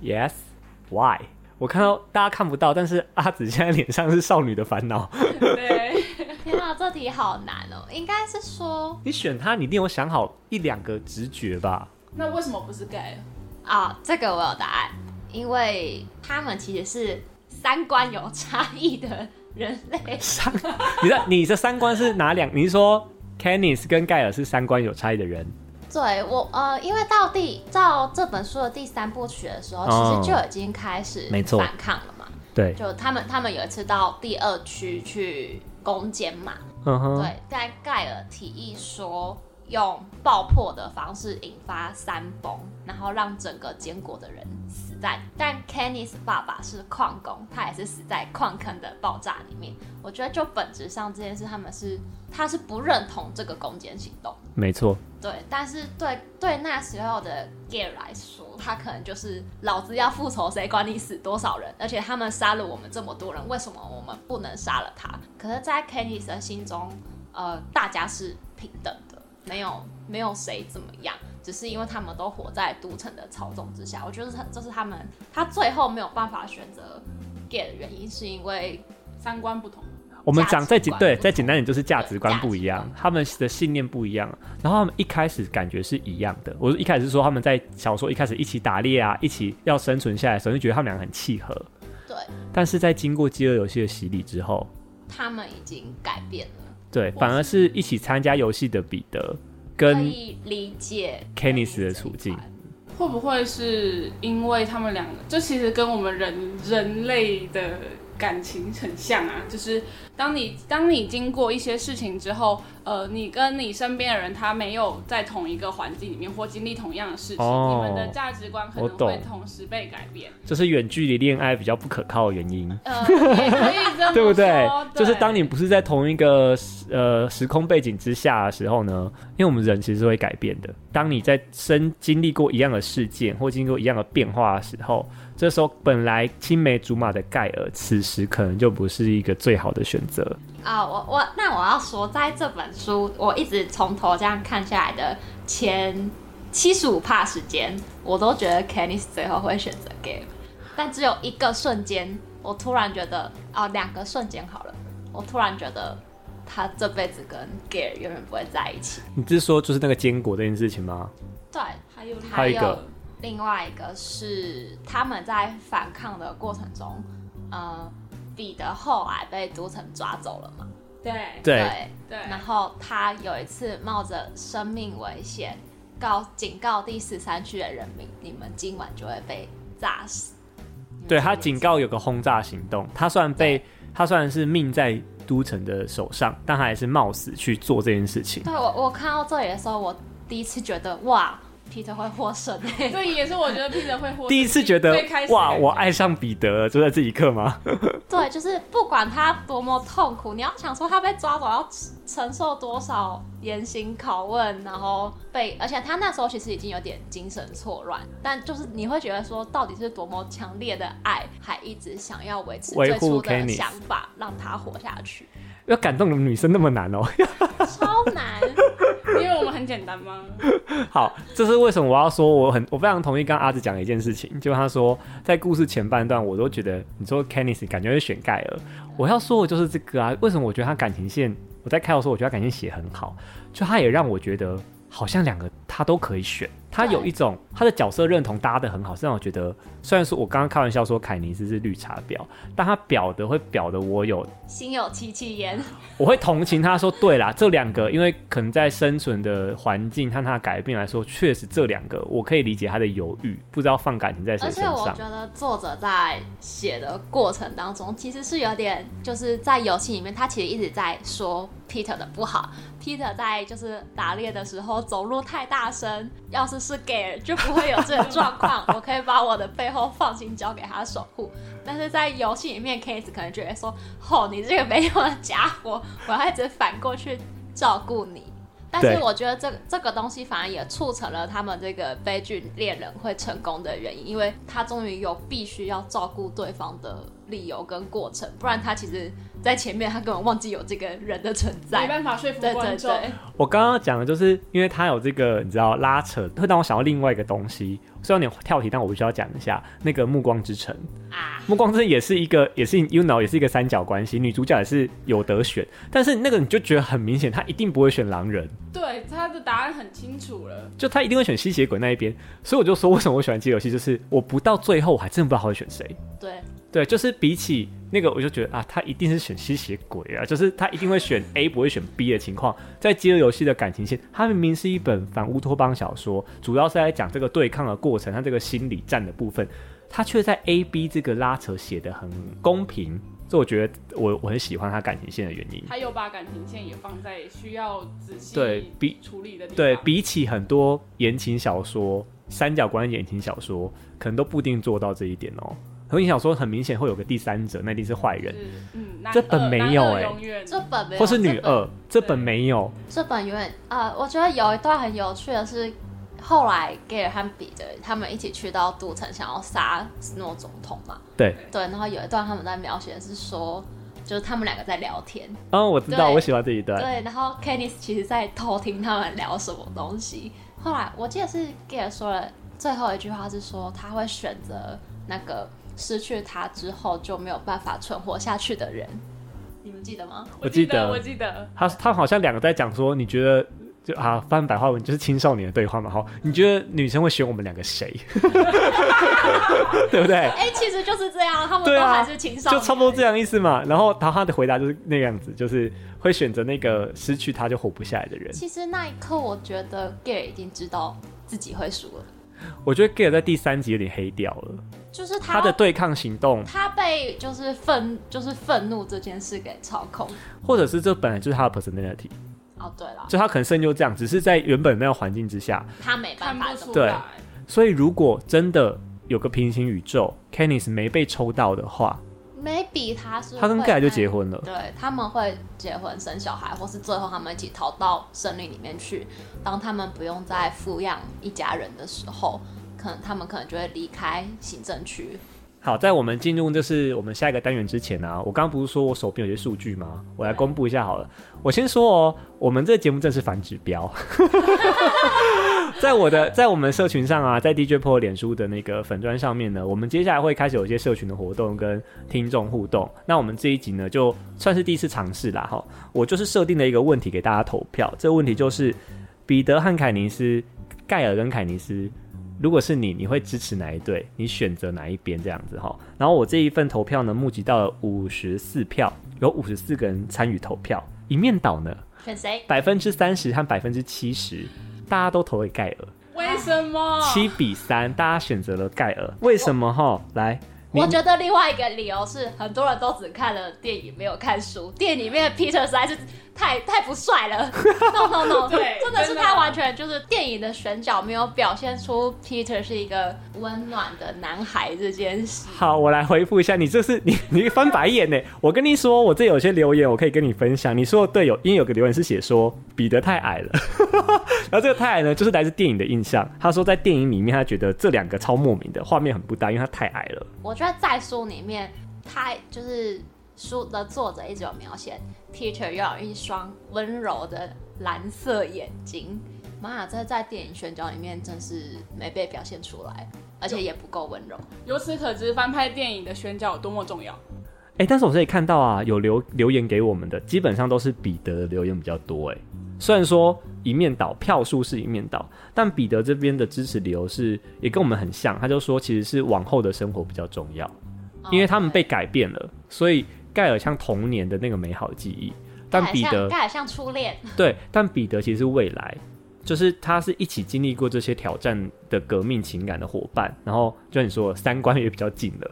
[SPEAKER 2] ？Yes，Why？我看到大家看不到，但是阿紫现在脸上是少女的烦恼。
[SPEAKER 4] 对，
[SPEAKER 3] *laughs* 天啊，这题好难哦！应该是说
[SPEAKER 2] *laughs* 你选他，你一定有想好一两个直觉吧？
[SPEAKER 4] 那为什么不是 gay？
[SPEAKER 3] 啊，这个我有答案，因为他们其实是三观有差异的人类。
[SPEAKER 2] 三，你的你的三观是哪两？你是说 Kenny 跟盖尔是三观有差异的人？
[SPEAKER 3] *laughs* 对我呃，因为到第到这本书的第三部曲的时候，
[SPEAKER 2] 哦
[SPEAKER 3] 其实就已经开始
[SPEAKER 1] 没错
[SPEAKER 3] 反抗了嘛。
[SPEAKER 2] 对，
[SPEAKER 3] 就他们他们有一次到第二区去攻坚嘛，
[SPEAKER 2] 嗯哼，
[SPEAKER 3] 对，但盖尔提议说用爆破的方式引发山崩，然后让整个坚果的人死在。但 Kenny's 爸爸是矿工，他也是死在矿坑的爆炸里面。我觉得就本质上这件事，他们是他是不认同这个攻坚行动。
[SPEAKER 2] 没错。
[SPEAKER 3] 对，但是对对那时候的 gay 来说，他可能就是老子要复仇，谁管你死多少人？而且他们杀了我们这么多人，为什么我们不能杀了他？可是，在 Kenny 的心中，呃，大家是平等的，没有没有谁怎么样，只是因为他们都活在都城的操纵之下。我觉得这这是他们他最后没有办法选择 gay 的原因，是因为
[SPEAKER 4] 三观不同。
[SPEAKER 2] 我们
[SPEAKER 3] 价
[SPEAKER 2] 讲
[SPEAKER 3] 值
[SPEAKER 2] 再简
[SPEAKER 3] 观
[SPEAKER 2] 对
[SPEAKER 3] 不
[SPEAKER 2] 再
[SPEAKER 3] 同
[SPEAKER 2] 简单点就是价值观
[SPEAKER 3] 对
[SPEAKER 2] 不一
[SPEAKER 3] 价
[SPEAKER 2] 样
[SPEAKER 3] 值，
[SPEAKER 2] 他们的信念不一样，然后他们一开始感觉是一样的。我一开始是说他们在小说一开始一起打猎啊，一起要生存下来的时候，就觉得他们两个很契合。
[SPEAKER 3] 对
[SPEAKER 2] 但是在经过饥饿游戏的洗礼之后，
[SPEAKER 3] 他们已经改变了，
[SPEAKER 2] 对，反而是一起参加游戏的彼得
[SPEAKER 3] 可
[SPEAKER 2] 跟
[SPEAKER 3] 以理解
[SPEAKER 2] Kennis 的
[SPEAKER 3] 这一
[SPEAKER 2] 处境
[SPEAKER 3] 块
[SPEAKER 4] 会不会是因为他们两个，就其实跟我们人人类的感情很像啊？就是当你当你经过一些事情之后，呃，你跟你身边的人他没有在同一个环境里面或经历同样的事情，
[SPEAKER 2] 哦
[SPEAKER 4] 你们的价值观可
[SPEAKER 2] 我
[SPEAKER 4] 能
[SPEAKER 2] 懂
[SPEAKER 4] 会同时被改
[SPEAKER 2] *laughs*
[SPEAKER 4] 变。
[SPEAKER 2] 就是远距离恋爱比较不可靠的原因。
[SPEAKER 3] 呃，
[SPEAKER 4] 也可以这么
[SPEAKER 2] *laughs*
[SPEAKER 4] 说，
[SPEAKER 2] 对不哦对？就是当
[SPEAKER 4] 你
[SPEAKER 2] 你不是在同一个时呃时空背景之下的时候呢，因为我们人其实是会改变的。当你在身经历过一样的事件或经过一样的变化的时候，这时候本来青梅竹马的盖尔，此时可能就不是一个最好的选择。
[SPEAKER 3] 啊，我我那我要说，在这本书我一直从头这样看下来的前七十五帕时间，我都觉得 Kenny 最后会选择 Game，但只有一个瞬间，我突然觉得啊，两个瞬间好了，我突然觉得他这辈子跟 Gay 永远不会在一起。
[SPEAKER 2] 你是说就是那个坚果这件事情吗？
[SPEAKER 3] 对，
[SPEAKER 4] 还有
[SPEAKER 3] 还有
[SPEAKER 2] 一个
[SPEAKER 3] 另外一个是他们在反抗的过程中，呃，彼得后来被都城抓走了嘛？
[SPEAKER 4] 对
[SPEAKER 2] 对，
[SPEAKER 4] 对，
[SPEAKER 3] 然后他有一次冒着生命危险告警告第十三区的人民，你们今晚就会被炸死。
[SPEAKER 2] 对他警告有个轰炸行动，他虽然被他虽然是命在都城的手上，但他还是冒死去做这件事情。
[SPEAKER 3] 对我，我看到这里的时候，我第一次觉得哇，皮特会获胜、
[SPEAKER 4] 这也是我觉得 Peter 会获得
[SPEAKER 2] 第一次觉得
[SPEAKER 4] 最开始的
[SPEAKER 2] 哇，
[SPEAKER 4] 感觉
[SPEAKER 2] 我爱上彼得了，就在这一刻吗？ *laughs*
[SPEAKER 3] 对，就是不管他多么痛苦，你要想说他被抓走要承受多少严刑拷问，然后被，而且他那时候其实已经有点精神错乱，但就是你会觉得说，到底是多么强烈的爱，还一直想要维持
[SPEAKER 2] 维
[SPEAKER 3] 最
[SPEAKER 2] 护
[SPEAKER 3] 初
[SPEAKER 2] Kenny
[SPEAKER 3] 的想法，让他活下去，
[SPEAKER 2] 要感动的女生那么难哦。 *laughs*
[SPEAKER 3] 超难。
[SPEAKER 4] 因为我们很简单吗？
[SPEAKER 2] 好，这是为什么我要说我很我非常同意刚刚阿紫讲的一件事情，就是他说在故事前半段我都觉得你说 Kenneth 感觉会选盖尔，我要说的就是这个啊。为什么我觉得他感情线？我在开头说我觉得他感情写很好，就他也让我觉得好像两个他都可以选。他有一种他的角色认同搭的很好，是让我觉得，虽然说我刚刚开玩笑说凯尼斯是绿茶婊，但他表的会表的我有
[SPEAKER 3] *laughs* 心有戚戚焉，
[SPEAKER 2] 我会同情他说，对啦，这两个因为可能在生存的环境和他的改变来说，确实这两个我可以理解他的犹豫，不知道放感情在谁
[SPEAKER 3] 而且
[SPEAKER 2] 身
[SPEAKER 3] 我
[SPEAKER 2] 上
[SPEAKER 3] 觉。得作者在写的过程当中，其实是有点就是在游戏里面，他其实一直在说 Peter 的不好。Peter 在就是打猎的时候走路太大声，要是是 gay 就不会有这种状况。我可以把我的背后放心交给他守护。但是在游戏里面，Case 可能觉得说，吼，哦你这个没用的家伙，我要一直反过去照顾你。但是
[SPEAKER 2] 对
[SPEAKER 3] 我觉得这个这个东西反而也促成了他们这个悲剧猎人会成功的原因，因为他终于有必须要照顾对方的理由跟过程，不然他其实在前面他根本忘记有这个人的存
[SPEAKER 4] 没
[SPEAKER 3] 在。
[SPEAKER 4] 办法说服
[SPEAKER 3] 对对
[SPEAKER 4] 观众。
[SPEAKER 3] 对，
[SPEAKER 2] 我刚刚讲的就是，因为他有这个你知道拉扯，会让我想到另外一个东西。虽然有点跳题，但我必须要讲一下那个《暮光之城》。
[SPEAKER 3] 啊，
[SPEAKER 2] 《暮光之城》也是一个，也是 you know，也是一个三角关系，女主角也是有得选，但是那个你就觉得很明显，她一定不会选狼人，
[SPEAKER 4] 对，他的答案很清楚了。
[SPEAKER 2] 就她一定会选吸血鬼那一边。所以我就说，为什么我喜欢这游戏，就是我不到最后，我还真的不知道她会选谁。
[SPEAKER 3] 对，
[SPEAKER 2] 对，就是比起那个，我就觉得啊，他一定是选吸血鬼啊，就是他一定会选 A，不会选 B 的情况。在《饥饿游戏》的感情线，它明明是一本反乌托邦小说，主要是在讲这个对抗的过程，它这个心理战的部分，它却在 A、B 这个拉扯写的很公平，这我觉得我我很喜欢它感情线的原因。
[SPEAKER 4] 他又把感情线也放在需要仔细
[SPEAKER 2] 对比
[SPEAKER 4] 处理的地方。
[SPEAKER 2] 对比起很多言情小说、三角关系言情小说，可能都不一定做到这一点哦。言情小说很明显会有个第三者，那一定是坏人。
[SPEAKER 4] 是嗯，男
[SPEAKER 2] 这本
[SPEAKER 4] 二
[SPEAKER 2] 没
[SPEAKER 4] 男
[SPEAKER 2] 有
[SPEAKER 4] 二
[SPEAKER 2] 欸
[SPEAKER 4] 永远
[SPEAKER 3] 这本没有，
[SPEAKER 2] 或是女
[SPEAKER 3] 啊这本
[SPEAKER 2] 二，这本没有，
[SPEAKER 3] 这本有点啊、我觉得有一段很有趣的是，后来盖尔和彼得他们一起去到都城，想要杀斯诺总统嘛。
[SPEAKER 2] 对，
[SPEAKER 3] 对，然后有一段他们在描写的是说，就是他们两个在聊天，
[SPEAKER 2] 嗯，我知道，
[SPEAKER 3] 对
[SPEAKER 2] 我喜欢这一段，
[SPEAKER 3] 对，然后 Kenny 其实在偷听他们聊什么东西。后来我记得是 g a r 说了最后一句话是说他会选择那个失去他之后就没有办法存活下去的人，你们记得吗？
[SPEAKER 2] 我记
[SPEAKER 4] 记
[SPEAKER 2] 得
[SPEAKER 4] 我记得，
[SPEAKER 2] 他他好像两个在讲说，你觉得就啊翻白话文就是青少年的对话嘛，哈，你觉得女生会选我们两个谁， *laughs* 对不对？
[SPEAKER 3] 哎、其实就是这样，他们
[SPEAKER 2] 对
[SPEAKER 3] 都
[SPEAKER 2] 啊
[SPEAKER 3] 还是情商、
[SPEAKER 2] 就差不多这样意思嘛。然后他他的回答就是那个样子，就是会选择那个失去他就活不下来的人。
[SPEAKER 3] 其实那一刻，我觉得 Gary 已经知道自己会输了，
[SPEAKER 2] 我觉得 Gay 在第三集有点黑掉了，
[SPEAKER 3] 就是他
[SPEAKER 2] 他的对抗行动，
[SPEAKER 3] 他被就是愤就是愤怒这件事给操控。
[SPEAKER 2] 或者是这本来就是他的 personality，
[SPEAKER 3] 哦，对了，
[SPEAKER 2] 就他可能生就这样，只是在原本那个环境之下，
[SPEAKER 3] 他没办
[SPEAKER 4] 看
[SPEAKER 3] 法
[SPEAKER 4] 不
[SPEAKER 3] 这
[SPEAKER 4] 出
[SPEAKER 3] 么
[SPEAKER 2] 对
[SPEAKER 4] 来。
[SPEAKER 2] 所以如果真的有个平行宇宙 k e n n i s 没被抽到的话，
[SPEAKER 3] ，maybe 他是
[SPEAKER 2] 他跟
[SPEAKER 3] 会
[SPEAKER 2] 盖尔就
[SPEAKER 3] 爱
[SPEAKER 2] 结婚了。
[SPEAKER 3] 对，他们会结婚生小孩，或是最后他们一起逃到森林里面去。当他们不用再抚养一家人的时候，可能他们可能就会离开行政区。
[SPEAKER 2] 好，在我们进入就是我们下一个单元之前啊，我刚刚不是说我手边有些数据吗？我来公布一下好了。我先说哦，我们这个节目正是反指标。 *laughs* 在我的在我们社群上啊，在 DJ Pro 脸书的那个粉砖上面呢，我们接下来会开始有一些社群的活动跟听众互动。那我们这一集呢，就算是第一次尝试啦哈。我就是设定了一个问题给大家投票，这个问题就是彼得和凯尼斯、盖尔跟凯尼斯，如果是你，你会支持哪一队？你选择哪一边这样子哈？然后我这一份投票呢，募集到了五十四票，有五十四个人参与投票。一面倒呢，
[SPEAKER 3] 选谁？
[SPEAKER 2] 百分之三十和百分之七十，大家都投给盖尔。
[SPEAKER 4] 为什么？
[SPEAKER 2] 七比三，大家选择了盖尔，为什么哈？来，你
[SPEAKER 3] 我觉得另外一个理由是，很多人都只看了电影，没有看书。电影里面的 Peter 实在是太太不帅
[SPEAKER 2] *laughs*
[SPEAKER 3] 了，no no no，
[SPEAKER 4] 对
[SPEAKER 3] 真的是
[SPEAKER 4] 真的
[SPEAKER 3] 他完全就是电影的选角没有表现出 Peter 是一个温暖的男孩这件事。
[SPEAKER 2] 好，我来回复一下你，这是 *laughs* 你你翻白眼呢。我跟你说，我这有些留言我可以跟你分享。你说的对，有因为有个留言是写说彼得太矮了， *laughs* 然后这个太矮呢，就是来自电影的印象。他说在电影里面，他觉得这两个超莫名的画面很不搭，因为他太矮了。
[SPEAKER 3] 我觉得在书里面，他就是书的作者一直有描写，Peter 要有一双温柔的蓝色眼睛。妈呀，这在电影选角里面真是没被表现出来，而且也不够温柔。
[SPEAKER 4] 由此可知，翻拍电影的宣教有多么重要。
[SPEAKER 2] 啊哎、但是我可以看到啊，有留留言给我们的，基本上都是彼得的留言比较多哎。虽然说一面倒票数是一面倒，但彼得这边的支持理由是也跟我们很像，他就说其实是往后的生活比较重要，
[SPEAKER 3] 哦嗯
[SPEAKER 2] 因为他们被改变了，所以盖尔像童年的那个美好记忆，但彼得
[SPEAKER 3] 盖尔像初恋，
[SPEAKER 2] 对，但彼得其实是未来，就是他是一起经历过这些挑战的革命情感的伙伴，然后就像你说的三观也比较近了。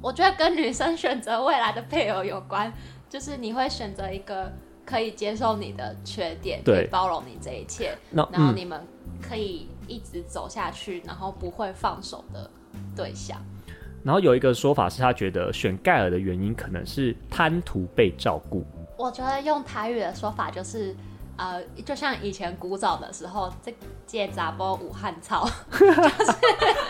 [SPEAKER 3] 我觉得跟女生选择未来的配偶有关，就是你会选择一个可以接受你的缺点，
[SPEAKER 2] 对
[SPEAKER 3] 可以包容你这一切，
[SPEAKER 2] 那
[SPEAKER 3] 然后
[SPEAKER 2] 嗯，
[SPEAKER 3] 你们可以一直走下去，然后不会放手的对象。
[SPEAKER 2] 然后有一个说法是他觉得选盖尔的原因可能是贪图被照顾，
[SPEAKER 3] 我觉得用台语的说法就是，呃，就像以前古早的时候，这借杂波武汉
[SPEAKER 2] *laughs*
[SPEAKER 3] 操，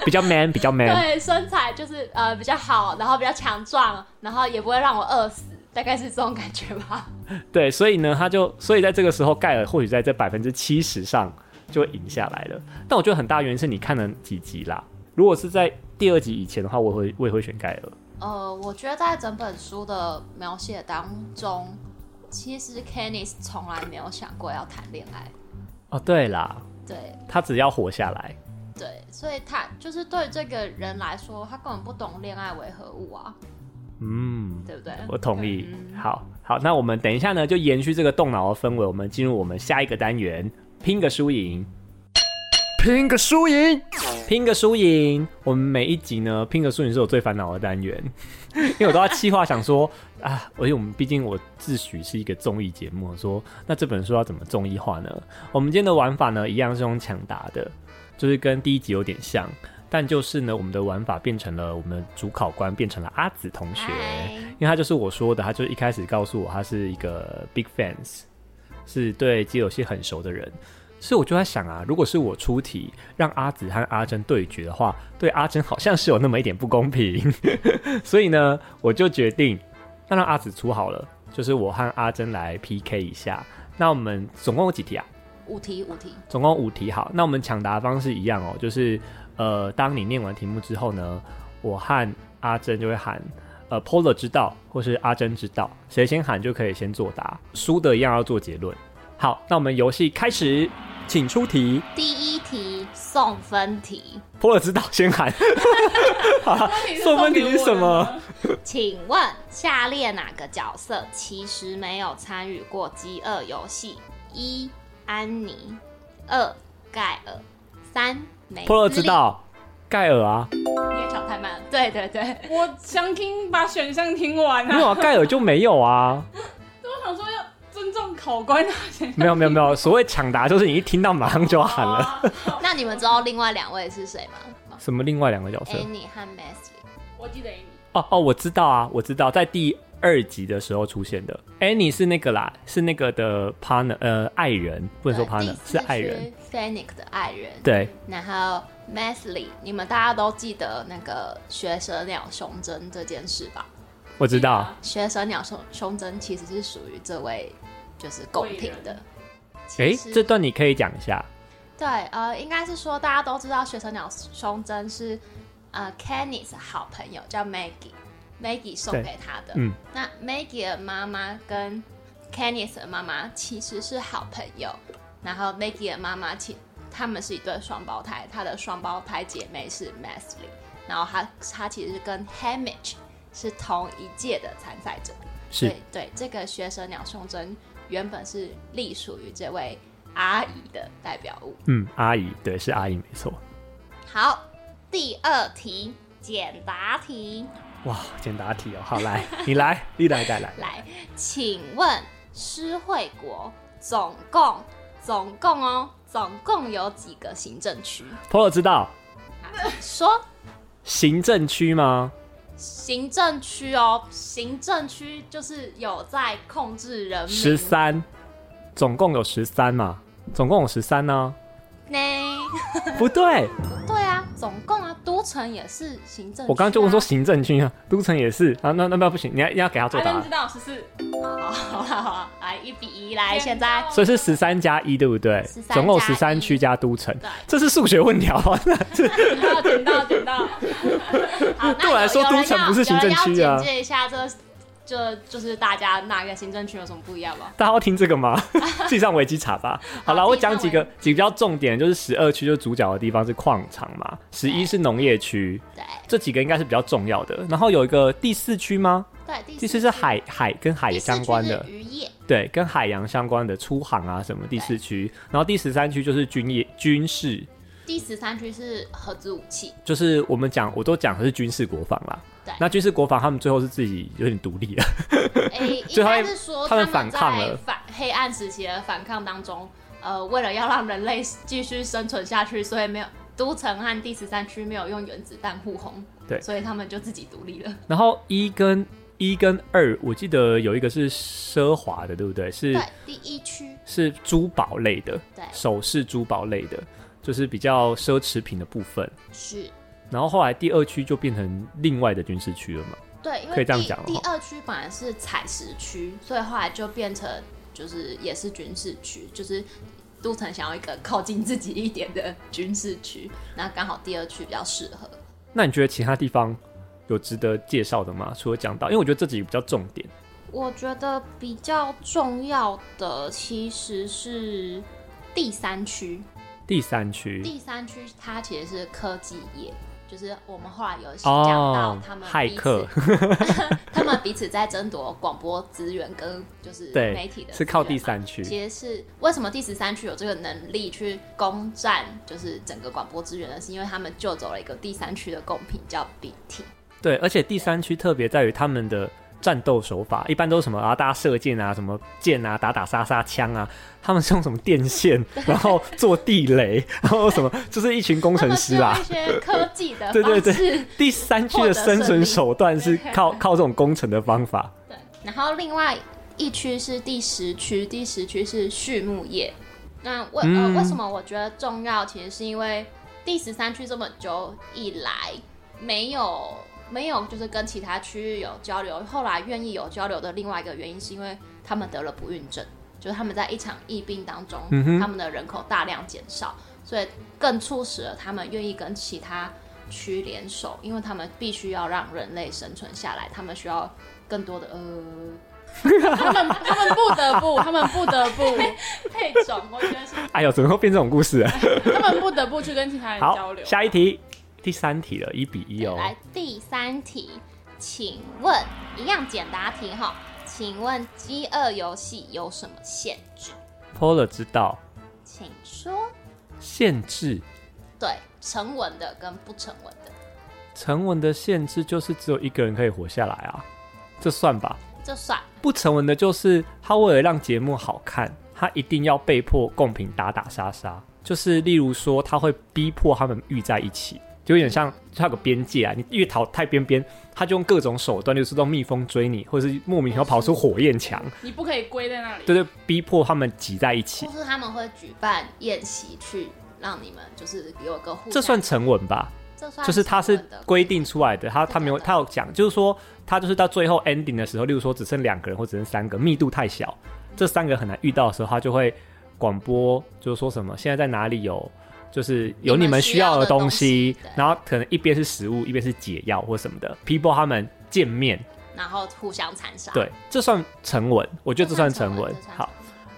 [SPEAKER 2] 比较 man，比较 man。
[SPEAKER 3] 对身材就是呃比较好，然后比较强壮，然后也不会让我饿死，大概是这种感觉吧。
[SPEAKER 2] 对，所以呢，他就所以在这个时候，盖尔或许在这百分之七十上就赢下来了。但我觉得很大原因是你看了几集啦。如果是在第二集以前的话，我会我也会选盖尔。
[SPEAKER 3] 呃，我觉得在整本书的描写当中，其实 Kenneth 从来没有想过要谈恋爱，
[SPEAKER 2] 哦，对啦，
[SPEAKER 3] 对
[SPEAKER 2] 他只要活下来，
[SPEAKER 3] 对，所以他就是对这个人来说，他根本不懂恋爱为何物啊，
[SPEAKER 2] 嗯，
[SPEAKER 3] 对不对？
[SPEAKER 2] 我同意。嗯好好，那我们等一下呢，就延续这个动脑的氛围，我们进入我们下一个单元，拼个输赢。拼个输赢，拼个输赢。我们每一集呢，拼个输赢是我最烦恼的单元， *laughs* 因为我都要气话想说 *laughs* 啊，而且我们毕竟我自诩是一个综艺节目，说那这本书要怎么综艺化呢？我们今天的玩法呢，一样是用抢答的，就是跟第一集有点像，但就是呢，我们的玩法变成了我们主考官变成了阿紫同学。
[SPEAKER 3] 嗨，
[SPEAKER 2] 因为他就是我说的，他就是一开始告诉我他是一个 big fans，是对街友戏很熟的人，所以我就在想啊，如果是我出题让阿紫和阿珍对决的话，对阿珍好像是有那么一点不公平， *laughs* 所以呢，我就决定那让阿紫出好了，就是我和阿珍来 PK 一下。那我们总共有几题啊？
[SPEAKER 3] 五题五题，
[SPEAKER 2] 总共五题好，那我们抢答方式一样哦，就是呃，当你念完题目之后呢，我和阿珍就会喊呃 Polar 知道或是阿珍知道，谁先喊就可以先作答，输的一样要做结论。好，那我们游戏开始，请出题。
[SPEAKER 3] 第一题送分题，
[SPEAKER 2] Polar 知道先喊，送分题是什么？
[SPEAKER 3] 请问下列哪个角色其实没有参与过饥饿游戏？一安妮，二盖尔，三梅斯利。
[SPEAKER 2] Polar 知道，盖尔啊，
[SPEAKER 3] 你也抢太慢了。对对对，
[SPEAKER 4] 我想听把选项听完
[SPEAKER 2] 没有
[SPEAKER 4] 啊！
[SPEAKER 2] 啊，盖尔就没有啊，
[SPEAKER 4] 我想说要尊重考官啊， *laughs* 选项
[SPEAKER 2] 没有没有没有，所谓抢答就是你一听到马上就要喊了。
[SPEAKER 4] 啊。
[SPEAKER 3] 那你们知道另外两位是谁吗
[SPEAKER 2] 什么另外两个角色？
[SPEAKER 3] ？Annie 和 m a s l
[SPEAKER 4] 我记得你
[SPEAKER 2] 哦哦，我知道啊，我知道，在第二集的时候出现的 Annie 是那个啦，是那个的 partner，呃，爱人，不能说 partner，是爱人。。
[SPEAKER 3] Phoenix 的爱人。。
[SPEAKER 2] 对，
[SPEAKER 3] 然后 m a s l e 你们大家都记得那个学蛇鸟胸针这件事吧？
[SPEAKER 2] 我知道。
[SPEAKER 4] 啊
[SPEAKER 3] 学蛇鸟胸胸针其实是属于这位就是宫廷的。
[SPEAKER 2] 诶，
[SPEAKER 3] 其实
[SPEAKER 2] 这段你可以讲一下。
[SPEAKER 3] 对，呃，应该是说大家都知道学生鸟胸针是呃 Kenny's 好朋友叫 Maggie，Maggie 送
[SPEAKER 2] 对
[SPEAKER 3] 给他的。
[SPEAKER 2] 嗯，
[SPEAKER 3] 那 Maggie 的妈妈跟 Kenny's 的妈妈其实是好朋友，然后 Maggie 的妈妈其他们是一对双胞胎，她的双胞胎姐妹是 Masley，然后她她其实是跟 Hamish 是同一届的参赛者。
[SPEAKER 2] 是
[SPEAKER 3] 对对，这个学蛇鸟胸针原本是隶属于这位阿姨的代表物。
[SPEAKER 2] 嗯，阿姨，对，是阿姨，没错。
[SPEAKER 3] 好，第二题简答题，
[SPEAKER 2] 哇，简答题哦，好来，你来，你来，再来。
[SPEAKER 3] 来，请问诗惠国总共总共哦，总共有几个行政区？
[SPEAKER 2] Polo 知道
[SPEAKER 3] 说
[SPEAKER 2] 行政区吗？
[SPEAKER 3] 行政区哦，行政区就是有在控制人民
[SPEAKER 2] 十三，总共有十三嘛，总共有十三呢。
[SPEAKER 3] 呢。
[SPEAKER 2] 不对，
[SPEAKER 3] 对啊，总共啊，都城也是行政区啊、
[SPEAKER 2] 我刚刚就问说行政区啊，都城也是啊，那那那不行，你要你要给他作
[SPEAKER 4] 阿
[SPEAKER 2] 答
[SPEAKER 4] 珍
[SPEAKER 2] 啊
[SPEAKER 4] 知。道十四，
[SPEAKER 3] 哦， *laughs* 好了好了，来一比一，来现在
[SPEAKER 2] 所以是十三加一，对不对？
[SPEAKER 3] 13
[SPEAKER 2] 总共
[SPEAKER 3] 加
[SPEAKER 2] 十三
[SPEAKER 3] 一
[SPEAKER 2] 区加都城
[SPEAKER 3] 对，
[SPEAKER 2] 这是数学问题啊！
[SPEAKER 4] 捡
[SPEAKER 2] *laughs*
[SPEAKER 4] 到捡到捡到，
[SPEAKER 3] 好，那
[SPEAKER 2] 对我来说
[SPEAKER 3] 有有人
[SPEAKER 2] 都城
[SPEAKER 3] 要
[SPEAKER 2] 不是行政区啊
[SPEAKER 3] 有人要简介一下这就就是大家哪个行政区有什么不一样吗？
[SPEAKER 2] *laughs* 大家要听这个
[SPEAKER 3] *laughs*
[SPEAKER 2] 吗？自己上维基查吧。好了，
[SPEAKER 3] 好
[SPEAKER 2] 我
[SPEAKER 3] 自己上
[SPEAKER 2] 讲几个几个比较重点，就是十二区就是主角的地方是矿场嘛，十一是农业区，
[SPEAKER 3] 对
[SPEAKER 2] 这几个应该是比较重要的。然后有一个第四区吗？
[SPEAKER 3] 对，第
[SPEAKER 2] 第
[SPEAKER 3] 四
[SPEAKER 2] 四是海海跟海
[SPEAKER 3] 第
[SPEAKER 2] 也
[SPEAKER 3] 四
[SPEAKER 2] 相
[SPEAKER 3] 区
[SPEAKER 2] 关
[SPEAKER 3] 是
[SPEAKER 2] 的，
[SPEAKER 3] 渔业，
[SPEAKER 2] 对，跟海洋相关的出航啊什么第四区。然后第十三区就是军业军事，
[SPEAKER 3] 第十三区是合资武
[SPEAKER 2] *laughs*
[SPEAKER 3] 器，
[SPEAKER 2] 就是我们讲我都讲的是军事国防啦
[SPEAKER 3] 对。
[SPEAKER 2] 那军事国防他们最后是自己有点独立了，
[SPEAKER 3] 哎，应
[SPEAKER 2] 就他
[SPEAKER 3] 该
[SPEAKER 2] 们
[SPEAKER 3] 是说
[SPEAKER 2] 他们反抗
[SPEAKER 3] 在
[SPEAKER 2] 了
[SPEAKER 3] 反黑暗时期的反抗当中，呃，为了要让人类继续生存下去，所以没有都城和第十三区没有用原子弹互轰，
[SPEAKER 2] 对
[SPEAKER 3] 所以他们就自己独立了。
[SPEAKER 2] 然后一跟一跟二，我记得有一个是奢华的，对不对？是
[SPEAKER 3] 对，第一区，
[SPEAKER 2] 是珠宝类的，
[SPEAKER 3] 对，
[SPEAKER 2] 首饰珠宝类的，就是比较奢侈品的部分。
[SPEAKER 3] 是。
[SPEAKER 2] 然后后来第二区就变成另外的军事区了嘛，
[SPEAKER 3] 对，因
[SPEAKER 2] 可
[SPEAKER 3] 为
[SPEAKER 2] 以这样
[SPEAKER 3] 第
[SPEAKER 2] 讲哦
[SPEAKER 3] 第二区本来是采石区，所以后来就变成就是也是军事区，就是都城想要一个靠近自己一点的军事区，那刚好第二区比较适合。
[SPEAKER 2] 那你觉得其他地方有值得介绍的吗？除了讲到，因为我觉得这几个比较重点。
[SPEAKER 3] 我觉得比较重要的其实是第三区，
[SPEAKER 2] 第三区
[SPEAKER 3] 第三区它其实是科技业，就是我们后来有讲到
[SPEAKER 2] 哦
[SPEAKER 3] 他们，
[SPEAKER 2] 骇
[SPEAKER 3] 彼
[SPEAKER 2] 客 *laughs*
[SPEAKER 3] 此， *laughs* 他们彼此在争夺广播资源跟就是
[SPEAKER 2] 对
[SPEAKER 3] 媒体的
[SPEAKER 2] 是靠
[SPEAKER 3] 资源
[SPEAKER 2] 第
[SPEAKER 3] 嘛
[SPEAKER 2] 三区，
[SPEAKER 3] 其实是为什么第十三区有这个能力去攻占，就是整个广播资源呢？是因为他们救走了一个第三区的贡品，叫 BT。
[SPEAKER 2] 对，而且第三区特别在于他们的战斗手法，一般都是什么啊，大家射箭啊，什么箭啊，打打杀杀枪啊，他们是用什么电
[SPEAKER 3] *laughs*
[SPEAKER 2] 线，然后做地雷，然后什么，就是一群工
[SPEAKER 3] 他
[SPEAKER 2] 程
[SPEAKER 3] 们
[SPEAKER 2] 师
[SPEAKER 3] 是
[SPEAKER 2] 啦
[SPEAKER 3] 用一。些科
[SPEAKER 2] *laughs*
[SPEAKER 3] 技的
[SPEAKER 2] 对对对
[SPEAKER 3] 方式。
[SPEAKER 2] 第三区的生存手段是靠靠这种工程的方法，
[SPEAKER 3] 对然后另外一区是第十区，第十区是畜牧业。那为、
[SPEAKER 2] 嗯
[SPEAKER 3] 呃为什么我觉得重要？其实是因为第十三区这么久以来没有没有就是跟其他区域有交流，后来愿意有交流的另外一个原因是因为他们得了不孕症，就是他们在一场疫病当中，
[SPEAKER 2] 嗯哼
[SPEAKER 3] 他们的人口大量减少，所以更促使了他们愿意跟其他区联手，因为他们必须要让人类生存下来，他们需要更多的呃
[SPEAKER 4] 他们他们不得不，他们不得不，
[SPEAKER 3] 配种，我觉得是
[SPEAKER 2] 哎呦，怎么会变这种故事、啊？
[SPEAKER 4] 他们不得不去跟其他人交
[SPEAKER 2] 好，
[SPEAKER 4] 流。
[SPEAKER 2] 下一题，第三题了，一比一哦。
[SPEAKER 3] 来第三题，请问一样简答题哈，请问饥饿游戏有什么限制？
[SPEAKER 2] Polar 知道
[SPEAKER 3] 请说。
[SPEAKER 2] 限制
[SPEAKER 3] 对，成文的跟不成文的，
[SPEAKER 2] 成文的限制就是只有一个人可以活下来啊，这算吧？
[SPEAKER 3] 这算
[SPEAKER 2] 不成文的就是他为了让节目好看，他一定要被迫贡品打打杀杀，就是例如说他会逼迫他们遇在一起，就有点像他有个边界啊，你越逃太边边，他就用各种手段，就是用蜜蜂追你，或者是莫名其妙跑出火焰墙，
[SPEAKER 4] 你不可以归在那里。
[SPEAKER 2] 对对，逼迫他们挤在一起
[SPEAKER 3] 或，是他们会举办宴席去让你们就是有个互相，
[SPEAKER 2] 这算成文吧？
[SPEAKER 3] 这算
[SPEAKER 2] 就是它是
[SPEAKER 3] 成文的
[SPEAKER 2] 规定出来的，它它没有
[SPEAKER 3] 对对对
[SPEAKER 2] 它有讲，就是说它就是到最后 ending 的时候，例如说只剩两个人或只剩三个，密度太小，这三个很难遇到的时候，它就会广播，就是说什么现在在哪里有，就是有
[SPEAKER 3] 你
[SPEAKER 2] 你
[SPEAKER 3] 们
[SPEAKER 2] 们
[SPEAKER 3] 需
[SPEAKER 2] 需要
[SPEAKER 3] 要
[SPEAKER 2] 的
[SPEAKER 3] 的
[SPEAKER 2] 东
[SPEAKER 3] 东
[SPEAKER 2] 西
[SPEAKER 3] 西对，
[SPEAKER 2] 然后可能一边是食物，一边是解药或什么的，people 他们见面，
[SPEAKER 3] 然后互相残杀，，
[SPEAKER 2] 对，这算成文，我觉得这算成文
[SPEAKER 3] 这算。
[SPEAKER 2] 好，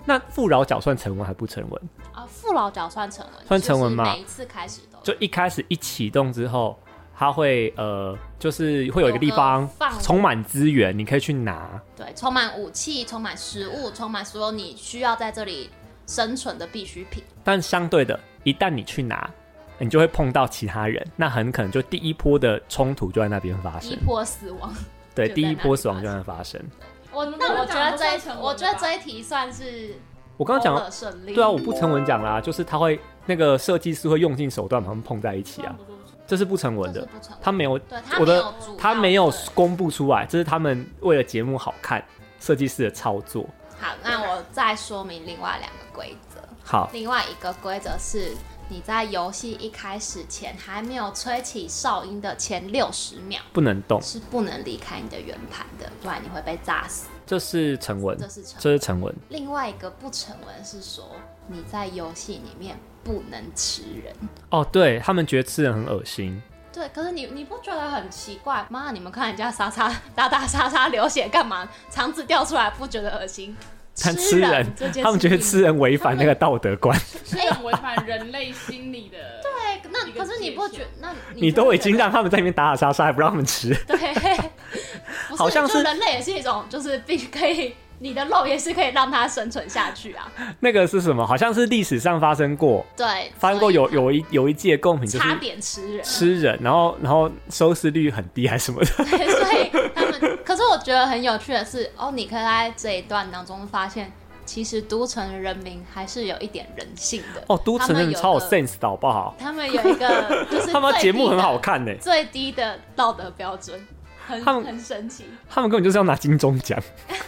[SPEAKER 2] 那富饶角算成文还不成文？
[SPEAKER 3] 啊，父老角算成文，
[SPEAKER 2] 算成文吗
[SPEAKER 3] 就是每一次开始都
[SPEAKER 2] 就一开始一启动之后，它会呃，就是会有一个
[SPEAKER 3] 有
[SPEAKER 2] 地
[SPEAKER 3] 个
[SPEAKER 2] 方
[SPEAKER 3] 放
[SPEAKER 2] 充满资源，你可以去拿。
[SPEAKER 3] 对，充满武器，充满食物，充满所有你需要在这里生存的必需品。
[SPEAKER 2] 但相对的，一旦你去拿，你就会碰到其他人，那很可能就第一波的冲突就在那边发
[SPEAKER 3] 逼
[SPEAKER 2] 生。
[SPEAKER 3] 迫死
[SPEAKER 4] *laughs*
[SPEAKER 3] 亡。
[SPEAKER 2] 对，
[SPEAKER 3] 嗯就在
[SPEAKER 2] 第一
[SPEAKER 3] 那
[SPEAKER 2] 波
[SPEAKER 3] 里
[SPEAKER 2] 死亡
[SPEAKER 3] 发
[SPEAKER 2] 就在那发生。
[SPEAKER 3] 我
[SPEAKER 4] 们
[SPEAKER 3] 那
[SPEAKER 4] 刚
[SPEAKER 3] 我
[SPEAKER 4] 刚
[SPEAKER 3] 觉
[SPEAKER 4] 讲
[SPEAKER 3] 得
[SPEAKER 4] 的
[SPEAKER 3] 这
[SPEAKER 4] 都
[SPEAKER 3] 一
[SPEAKER 4] 是成文
[SPEAKER 3] 我觉得
[SPEAKER 4] 的吧
[SPEAKER 3] 这一题算是
[SPEAKER 2] 我刚刚讲
[SPEAKER 3] 勾
[SPEAKER 2] 了，
[SPEAKER 3] 勒顺利。
[SPEAKER 2] 对啊，我不成文讲啦，就是他会那个设计师会用尽手段把他们碰在一起啊，这是不成文
[SPEAKER 3] 嗯这是
[SPEAKER 2] 的。
[SPEAKER 3] 不成文
[SPEAKER 2] 他没有，
[SPEAKER 3] 对他
[SPEAKER 2] 我
[SPEAKER 3] 没
[SPEAKER 2] 的
[SPEAKER 3] 有主
[SPEAKER 2] 他
[SPEAKER 3] 导
[SPEAKER 2] 没有
[SPEAKER 3] 对
[SPEAKER 2] 公布出来，这是他们为了节目好看设计师的操作。
[SPEAKER 3] 好，那我再说明另外两个规则。
[SPEAKER 2] 好，
[SPEAKER 3] 另外一个规则是，你在游戏一开始前还没有吹起哨音的前六十秒
[SPEAKER 2] 不能动，
[SPEAKER 3] 是不能离开你的圆盘的，不然你会被炸死。
[SPEAKER 2] 这是成文
[SPEAKER 3] 这，是成文
[SPEAKER 2] 这是成文。
[SPEAKER 3] 另外一个不成文是说，你在游戏里面不能吃人。
[SPEAKER 2] 哦，对他们觉得吃人很恶心，
[SPEAKER 3] 对，可是你你不觉得很奇怪？妈，你们看人家沙沙打打杀杀流血干嘛？肠子掉出来不觉得恶心？
[SPEAKER 2] 他
[SPEAKER 3] 吃
[SPEAKER 2] 吃人
[SPEAKER 3] 这件事情，
[SPEAKER 2] 他们觉得吃人违反那个道德观，
[SPEAKER 4] 是很违反人类心理的。
[SPEAKER 3] 对，那
[SPEAKER 4] 一个
[SPEAKER 3] 可是你
[SPEAKER 4] 界
[SPEAKER 3] 不
[SPEAKER 4] 限
[SPEAKER 3] 觉那你
[SPEAKER 2] 你
[SPEAKER 3] 不
[SPEAKER 2] 都
[SPEAKER 3] 觉
[SPEAKER 2] 已经
[SPEAKER 3] 得
[SPEAKER 2] 让他们在那边打打杀杀，还不让他们吃，
[SPEAKER 3] *laughs*
[SPEAKER 2] *laughs*
[SPEAKER 3] 对，不
[SPEAKER 2] 好像
[SPEAKER 3] 就是人类也是一种，就是并可以，你的肉也是可以让它生存下去啊。
[SPEAKER 2] 那个是什么？好像是历史上发生过，
[SPEAKER 3] 对，
[SPEAKER 2] 发生过有有一有一届共品
[SPEAKER 3] 所以
[SPEAKER 2] 就是
[SPEAKER 3] 差点吃人， *laughs*
[SPEAKER 2] 吃人，然后然后收视率很低还是什么的，
[SPEAKER 3] 对，所以他们。可是我觉得很有趣的是，哦，你可以在这一段当中发现，其实都城人民还是有一点人性的。
[SPEAKER 2] 哦，都城人
[SPEAKER 3] 他们有
[SPEAKER 2] 超有
[SPEAKER 3] 个
[SPEAKER 2] sense 的好不好？
[SPEAKER 3] 他们有一个就是
[SPEAKER 2] *laughs* 他们
[SPEAKER 3] 最
[SPEAKER 2] 节目
[SPEAKER 3] 低
[SPEAKER 2] 很
[SPEAKER 3] 的
[SPEAKER 2] 好，看呢，
[SPEAKER 3] 最低的道德标准，很
[SPEAKER 2] 他们
[SPEAKER 3] 很神奇。
[SPEAKER 2] 他们根本就是要拿金钟奖 *laughs*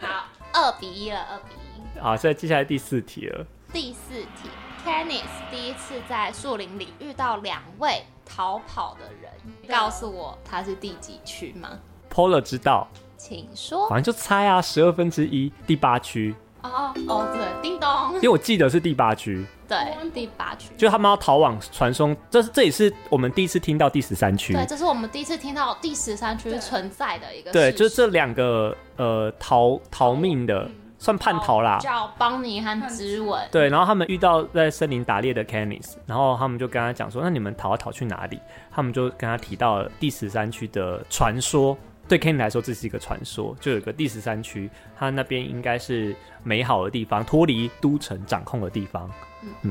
[SPEAKER 3] 好，二比一了，二比一。
[SPEAKER 2] 啊！现在接下来第四题了，
[SPEAKER 3] 第四题，Tennis 第一次在树林里遇到两位逃跑的人，告诉我他是第几区吗？
[SPEAKER 2] Polar 知道，
[SPEAKER 3] 请说。
[SPEAKER 2] 反正就猜啊，十二分之一，第八区，
[SPEAKER 3] 哦哦，对，叮咚嗯
[SPEAKER 2] 因，为我记得是第八区，
[SPEAKER 3] 对，第八区。
[SPEAKER 2] 就他们要逃往传送，这是这也是我们第一次听到第十三区，
[SPEAKER 3] 对，这是我们第一次听到第十三区存在的一个
[SPEAKER 2] 对，
[SPEAKER 3] 事
[SPEAKER 2] 就是
[SPEAKER 3] 实
[SPEAKER 2] 这两个呃逃逃命的算叛嗯逃啦，
[SPEAKER 3] 哦叫邦尼和之文。
[SPEAKER 2] 对，然后他们遇到在森林打猎的 Canis，然后他们就跟他讲说，那你们逃啊逃去哪里？他们就跟他提到了第十三区的传说。对 Kenny 来说，这是一个传说，就有一个第十三区，它那边应该是美好的地方，脱离都城掌控的地方。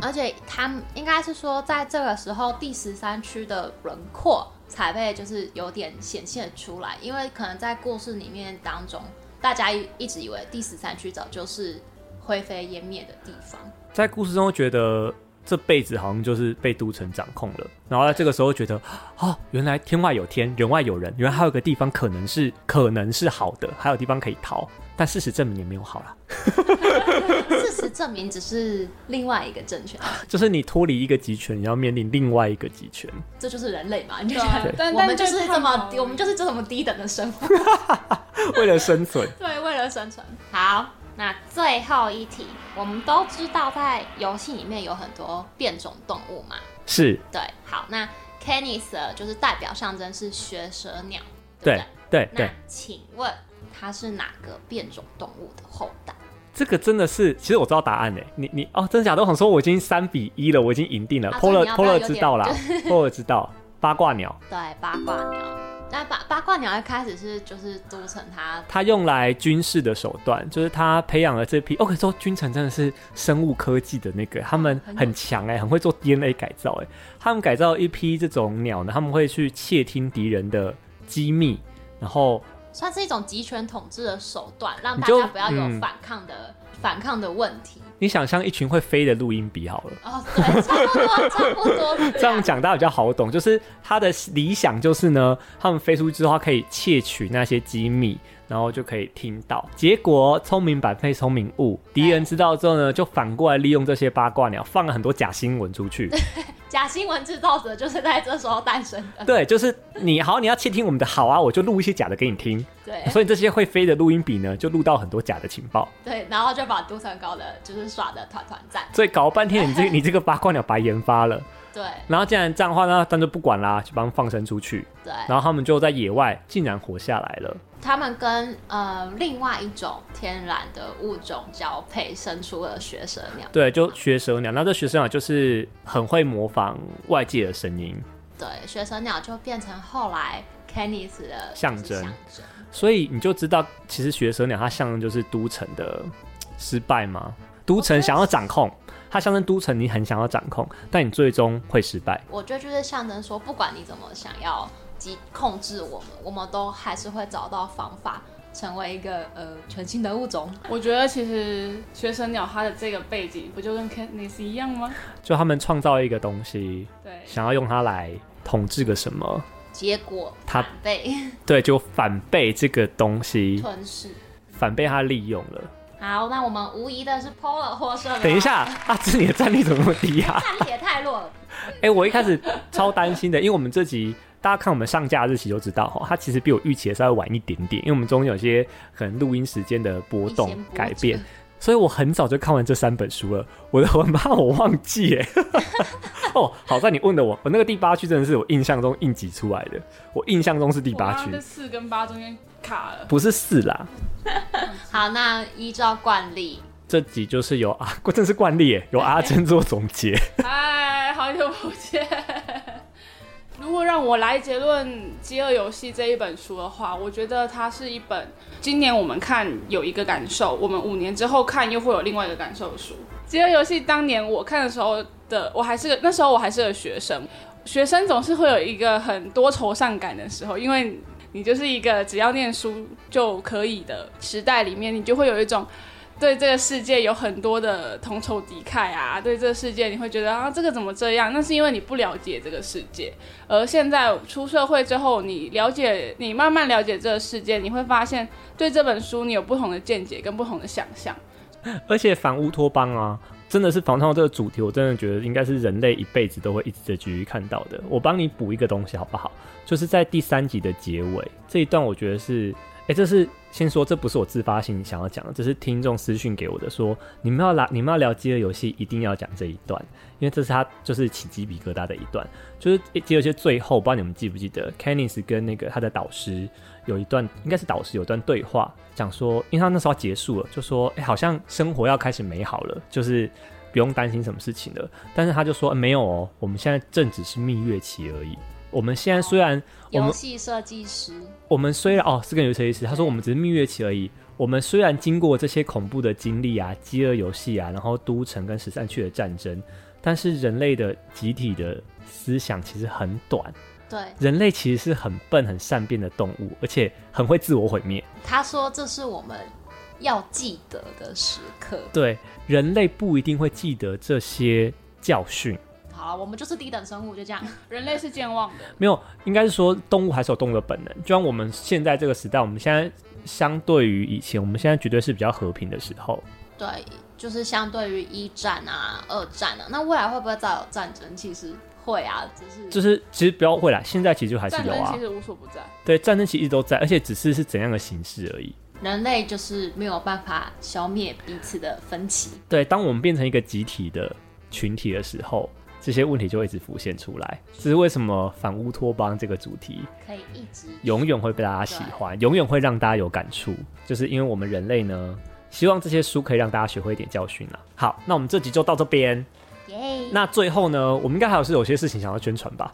[SPEAKER 3] 而且他们应该是说，在这个时候，第十三区的轮廓才被就是有点显现出来，因为可能在故事里面当中，大家一一直以为第十三区早就是灰飞烟灭的地 *laughs* 方。
[SPEAKER 2] 在故事中会觉得这辈子好像就是被都城掌控了，然后在这个时候觉得， *gasps* 哦，原来天外有天，人外有人，原来还有个地方可能是可能是好的，还有地方可以逃，但事实证明也没有好啦， *laughs*
[SPEAKER 3] 事实证明，只是另外一个政权，啊
[SPEAKER 2] 就是你脱离一个集权，你要面临另外一个集权。
[SPEAKER 3] 这就是人类嘛？你就
[SPEAKER 4] 对
[SPEAKER 3] 觉得
[SPEAKER 4] 但
[SPEAKER 3] 我们
[SPEAKER 4] 但
[SPEAKER 3] 就
[SPEAKER 4] 就是是
[SPEAKER 3] 这么
[SPEAKER 4] 看，到
[SPEAKER 3] 我们就是这么低等的生活。
[SPEAKER 2] 为了生存，
[SPEAKER 3] *laughs* 对，为了生存。好，那最后一题，我们都知道在游戏里面有很多变种动物嘛。
[SPEAKER 2] *laughs* 是
[SPEAKER 3] 对，好，那 Canis 的就是代表象征是学舌鸟，对
[SPEAKER 2] 对
[SPEAKER 3] 不
[SPEAKER 2] 对
[SPEAKER 3] 对？
[SPEAKER 2] 对
[SPEAKER 3] 那，请问它是哪个变种动物的后代？
[SPEAKER 2] 这个真的是，其实我知道答案诶，你你哦，真的假的？我想说我已经三比一了，我已经赢定了。Polar
[SPEAKER 3] 啊所以你要不要
[SPEAKER 2] Polar
[SPEAKER 3] 有
[SPEAKER 2] 知
[SPEAKER 3] 点 *laughs*
[SPEAKER 2] 道啦，Polar 知道八卦鸟，
[SPEAKER 3] 对，八卦鸟。那八八卦鸟一开始是就是都城它，
[SPEAKER 2] 它用来军事的手段，就是它培养了这批。哦，可以说军臣真的是生物科技的那个，他们
[SPEAKER 3] 很有
[SPEAKER 2] 很强哎、很会做 DNA 改造哎、他们改造一批这种鸟呢，他们会去窃听敌人的机密，然后
[SPEAKER 3] 算是一种集权统治的手段，让
[SPEAKER 2] 你
[SPEAKER 3] 大
[SPEAKER 2] 就
[SPEAKER 3] 家不要有
[SPEAKER 2] 嗯
[SPEAKER 3] 反抗的、反抗的问题。
[SPEAKER 2] 你想象一群会飞的录音笔好了。
[SPEAKER 3] 哦，对，差不多，差不多
[SPEAKER 2] *laughs*
[SPEAKER 3] 是
[SPEAKER 2] 这
[SPEAKER 3] 这
[SPEAKER 2] 样
[SPEAKER 3] 样。
[SPEAKER 2] 讲大家比较好懂，就是他的理想就是呢，他们飞出去之后，他可以窃取那些机密，然后就可以听到。结果聪明反被聪明误，敌人知道之后呢，就反过来利用这些八卦鸟，放了很多假新闻出去。
[SPEAKER 3] 假新闻制造者就是在这时候诞生的。
[SPEAKER 2] 对，就是你好，你要窃听我们的好啊，我就录一些假的给你听。
[SPEAKER 3] 对
[SPEAKER 2] 所以这些会飞的录音笔呢，就录到很多假的情报。
[SPEAKER 3] 对，然后就把都城搞得就是耍的团团转。
[SPEAKER 2] 所以搞了半天，你这你这个八卦鸟白研发了。
[SPEAKER 3] 对
[SPEAKER 2] 然后既然这样的话，那那就不管啦，就帮放生出去。
[SPEAKER 3] 对，
[SPEAKER 2] 然后他们就在野外竟然活下来了。
[SPEAKER 3] 他们跟呃另外一种天然的物种交配，生出了学舌鸟。
[SPEAKER 2] 对，就学舌鸟。那这学舌鸟就是很会模仿外界的声音，
[SPEAKER 3] 对，学舌鸟就变成后来 Canis 的
[SPEAKER 2] 象
[SPEAKER 3] 就是
[SPEAKER 2] 征
[SPEAKER 3] 象征。
[SPEAKER 2] 所以你就知道，其实学舌鸟它象征就是都城的失败嘛。都城想要掌控，它象征都城你很想要掌控，但你最终会失败。
[SPEAKER 3] 我觉得就是象征说，不管你怎么想要及控制我们，我们都还是会找到方法，成为一个呃全新的物种。
[SPEAKER 4] 我觉得其实学生鸟它的这个背景不就跟 Katniss 一样吗？
[SPEAKER 2] 就他们创造一个东西，
[SPEAKER 4] 对，
[SPEAKER 2] 想要用它来统治个什么，
[SPEAKER 3] 结果
[SPEAKER 2] 它
[SPEAKER 3] 反被
[SPEAKER 2] 对，就反被这个东西，
[SPEAKER 3] 吞噬。
[SPEAKER 2] 反被它利用了。
[SPEAKER 3] 好，那我们无疑的是
[SPEAKER 2] *laughs*
[SPEAKER 3] Polar 获胜了。
[SPEAKER 2] 等一，
[SPEAKER 3] *laughs*
[SPEAKER 2] 下，阿志，你的战力怎么那么低啊？
[SPEAKER 3] 战力也太弱了。
[SPEAKER 2] *laughs* 哎、我一开始超担心的，因为我们这集大家看我们上架日期就知道哈，它其实比我预期的稍微晚一点点，因为我们中间有些可能录音时间的波
[SPEAKER 3] 一
[SPEAKER 2] 动
[SPEAKER 3] 些波
[SPEAKER 2] 改变
[SPEAKER 3] 折。
[SPEAKER 2] 所以我很早就看完这三本书了。我的我很怕我忘记哎。 *laughs* 哦，好在你问的我，我那个第八区真的是我印象中硬挤出来的。我印象中是第
[SPEAKER 4] 我
[SPEAKER 2] 八
[SPEAKER 4] 刚
[SPEAKER 2] 区
[SPEAKER 4] 刚在，四跟八中间卡了。
[SPEAKER 2] 不是四啦。
[SPEAKER 3] 好，那依照惯例，
[SPEAKER 2] 这集就是由啊， *laughs* 真是惯例耶，由阿珍做总结。
[SPEAKER 4] 嗨，哎好久不见。如果让我来结论《饥饿游戏》这一本书的话，我觉得它是一本今年我们看有一个感受，我们五年之后看又会有另外一个感受的书。《饥饿游戏》当年我看的时候的，我还是个那时候我还是个学生，学生总是会有一个很多愁善感的时候，因为你就是一个只要念书就可以的时代里面，你就会有一种对这个世界有很多的同仇敌忾啊，对这个世界你会觉得啊，这个怎么这样？那是因为你不了解这个世界。而现在出社会之后，你了解，你慢慢了解这个世界，你会发现对这本书你有不同的见解跟不同的想象。
[SPEAKER 2] 而且反乌托邦啊，真的是反乌托邦这个主题，我真的觉得应该是人类一辈子都会一直在继续看到的。我帮你补一个东西好不好？就是在第三集的结尾这一段，我觉得是，哎、这是先说，这不是我自发性想要讲的，这是听众私讯给我的说你们要聊你们要聊饥饿游戏，一定要讲这一段，因为这是他就是起鸡皮疙瘩的一段，就是诶饥饿游戏最后，不知道你们记不记得 k e n n i s 跟那个他的导师有一段，应该是导师有一段对话，讲说，因为他那时候要结束了，就说，哎、好像生活要开始美好了，就是不用担心什么事情了。但是他就说、呃没有哦，我们现在正只是蜜月期而已。我们现在虽然我
[SPEAKER 3] 游
[SPEAKER 2] 们
[SPEAKER 3] 戏设计师，
[SPEAKER 2] 我们虽然哦是跟游戏意思，他说我们只是蜜月期而已。我们虽然经过这些恐怖的经历啊、饥饿游戏啊，然后都城跟十三区的战争，但是人类的集体的思想其实很短。
[SPEAKER 3] 对，
[SPEAKER 2] 人类其实是很笨、很善变的动物，而且很会自我毁灭。
[SPEAKER 3] 他说这是我们要记得的时刻。
[SPEAKER 2] 对，人类不一定会记得这些教训。
[SPEAKER 3] 好了，我们就是低等生物，就这样。
[SPEAKER 4] 人类是健忘的，
[SPEAKER 2] 没有，应该是说动物还是有动物的本能。就像我们现在这个时代，我们现在相对于以前，我们现在绝对是比较和平的时候。
[SPEAKER 3] *laughs* 对，就是相对于一战啊、二战啊，那未来会不会再有战争？其实会啊，只是
[SPEAKER 2] 就是其实不要会啦，现在其实就还是
[SPEAKER 4] 战
[SPEAKER 2] 有
[SPEAKER 4] 争
[SPEAKER 2] 啊
[SPEAKER 4] 其。实无所不在。
[SPEAKER 2] 对，战争其实一直都在，而且只是是怎样的形式而已。
[SPEAKER 3] 人类就是没有办法消灭彼此的分歧。
[SPEAKER 2] 对，当我们变成一个集体的群体的时候，这些问题就会一直浮现出来。这是为什么反乌托邦这个主题
[SPEAKER 3] 可以一直
[SPEAKER 2] 永远会被大家喜欢，永远会让大家有感触，就是因为我们人类呢，希望这些书可以让大家学会一点教训啦。好，那我们这集就到这边。
[SPEAKER 3] 耶，
[SPEAKER 2] 那最后呢，我们应该还有是有些事情想要宣传
[SPEAKER 3] *laughs*
[SPEAKER 2] 吧。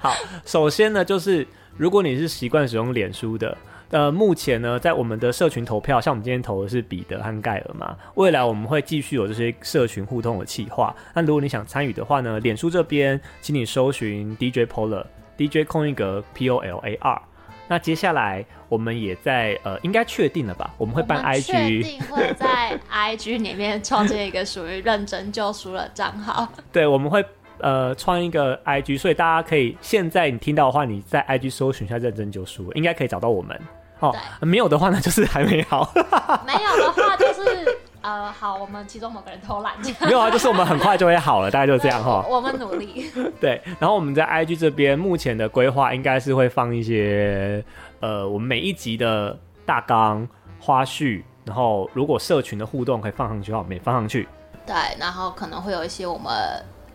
[SPEAKER 2] 好，首先呢，就是如果你是习惯使用脸书的，呃，目前呢，在我们的社群投票，像我们今天投的是彼得和盖尔嘛，未来我们会继续有这些社群互动的企划。那如果你想参与的话呢，脸书这边，请你搜寻 DJ Polar DJ 空一格 P O L A R。那接下来我们也在呃，应该确定了吧？我们会办
[SPEAKER 3] 我们
[SPEAKER 2] IG，
[SPEAKER 3] 确定会在
[SPEAKER 2] *laughs*
[SPEAKER 3] IG 里面创建一个属于认真救赎的账号。
[SPEAKER 2] 对，我们会呃创一个 IG，所以大家可以现在你听到的话，你在 IG 搜寻一下“认真就输”，应该可以找到我们。哦，没有的话呢，就是还没好，
[SPEAKER 3] *laughs*
[SPEAKER 2] *laughs*
[SPEAKER 3] 没有的话，就是呃，好，我们其中某个人偷懒，这样
[SPEAKER 2] 没有啊，就是我们很快就会好了，大概就是这样哈、
[SPEAKER 3] *laughs* 我们努力。
[SPEAKER 2] 对，然后我们在 IG 这边目前的规划应该是会放一些呃，我们每一集的大纲、花絮，然后如果社群的互动可以放上去的话，我们也放上去。
[SPEAKER 3] 对，然后可能会有一些我们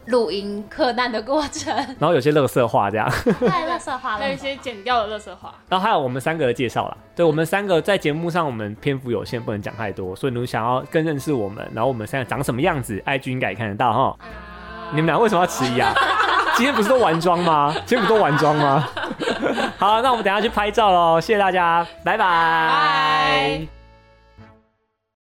[SPEAKER 3] 录音柯难的过程，
[SPEAKER 2] 然后有些乐色话这样，
[SPEAKER 3] *laughs* 太乐色化
[SPEAKER 4] *laughs* 还有
[SPEAKER 3] 了
[SPEAKER 4] 一。些剪掉的垃圾话，
[SPEAKER 2] 然后还有我们三个的介绍啦，对我们三个在节目上我们篇幅有限，不能讲太多，所以你们想要更认识我们，然后我们三个长什么样子，IG 应该也看得到哈。你们俩为什么要迟疑啊？今天不是都玩妆吗？今天不都玩妆吗？好，那我们等一下去拍照喽，谢谢大家，拜拜。
[SPEAKER 4] 拜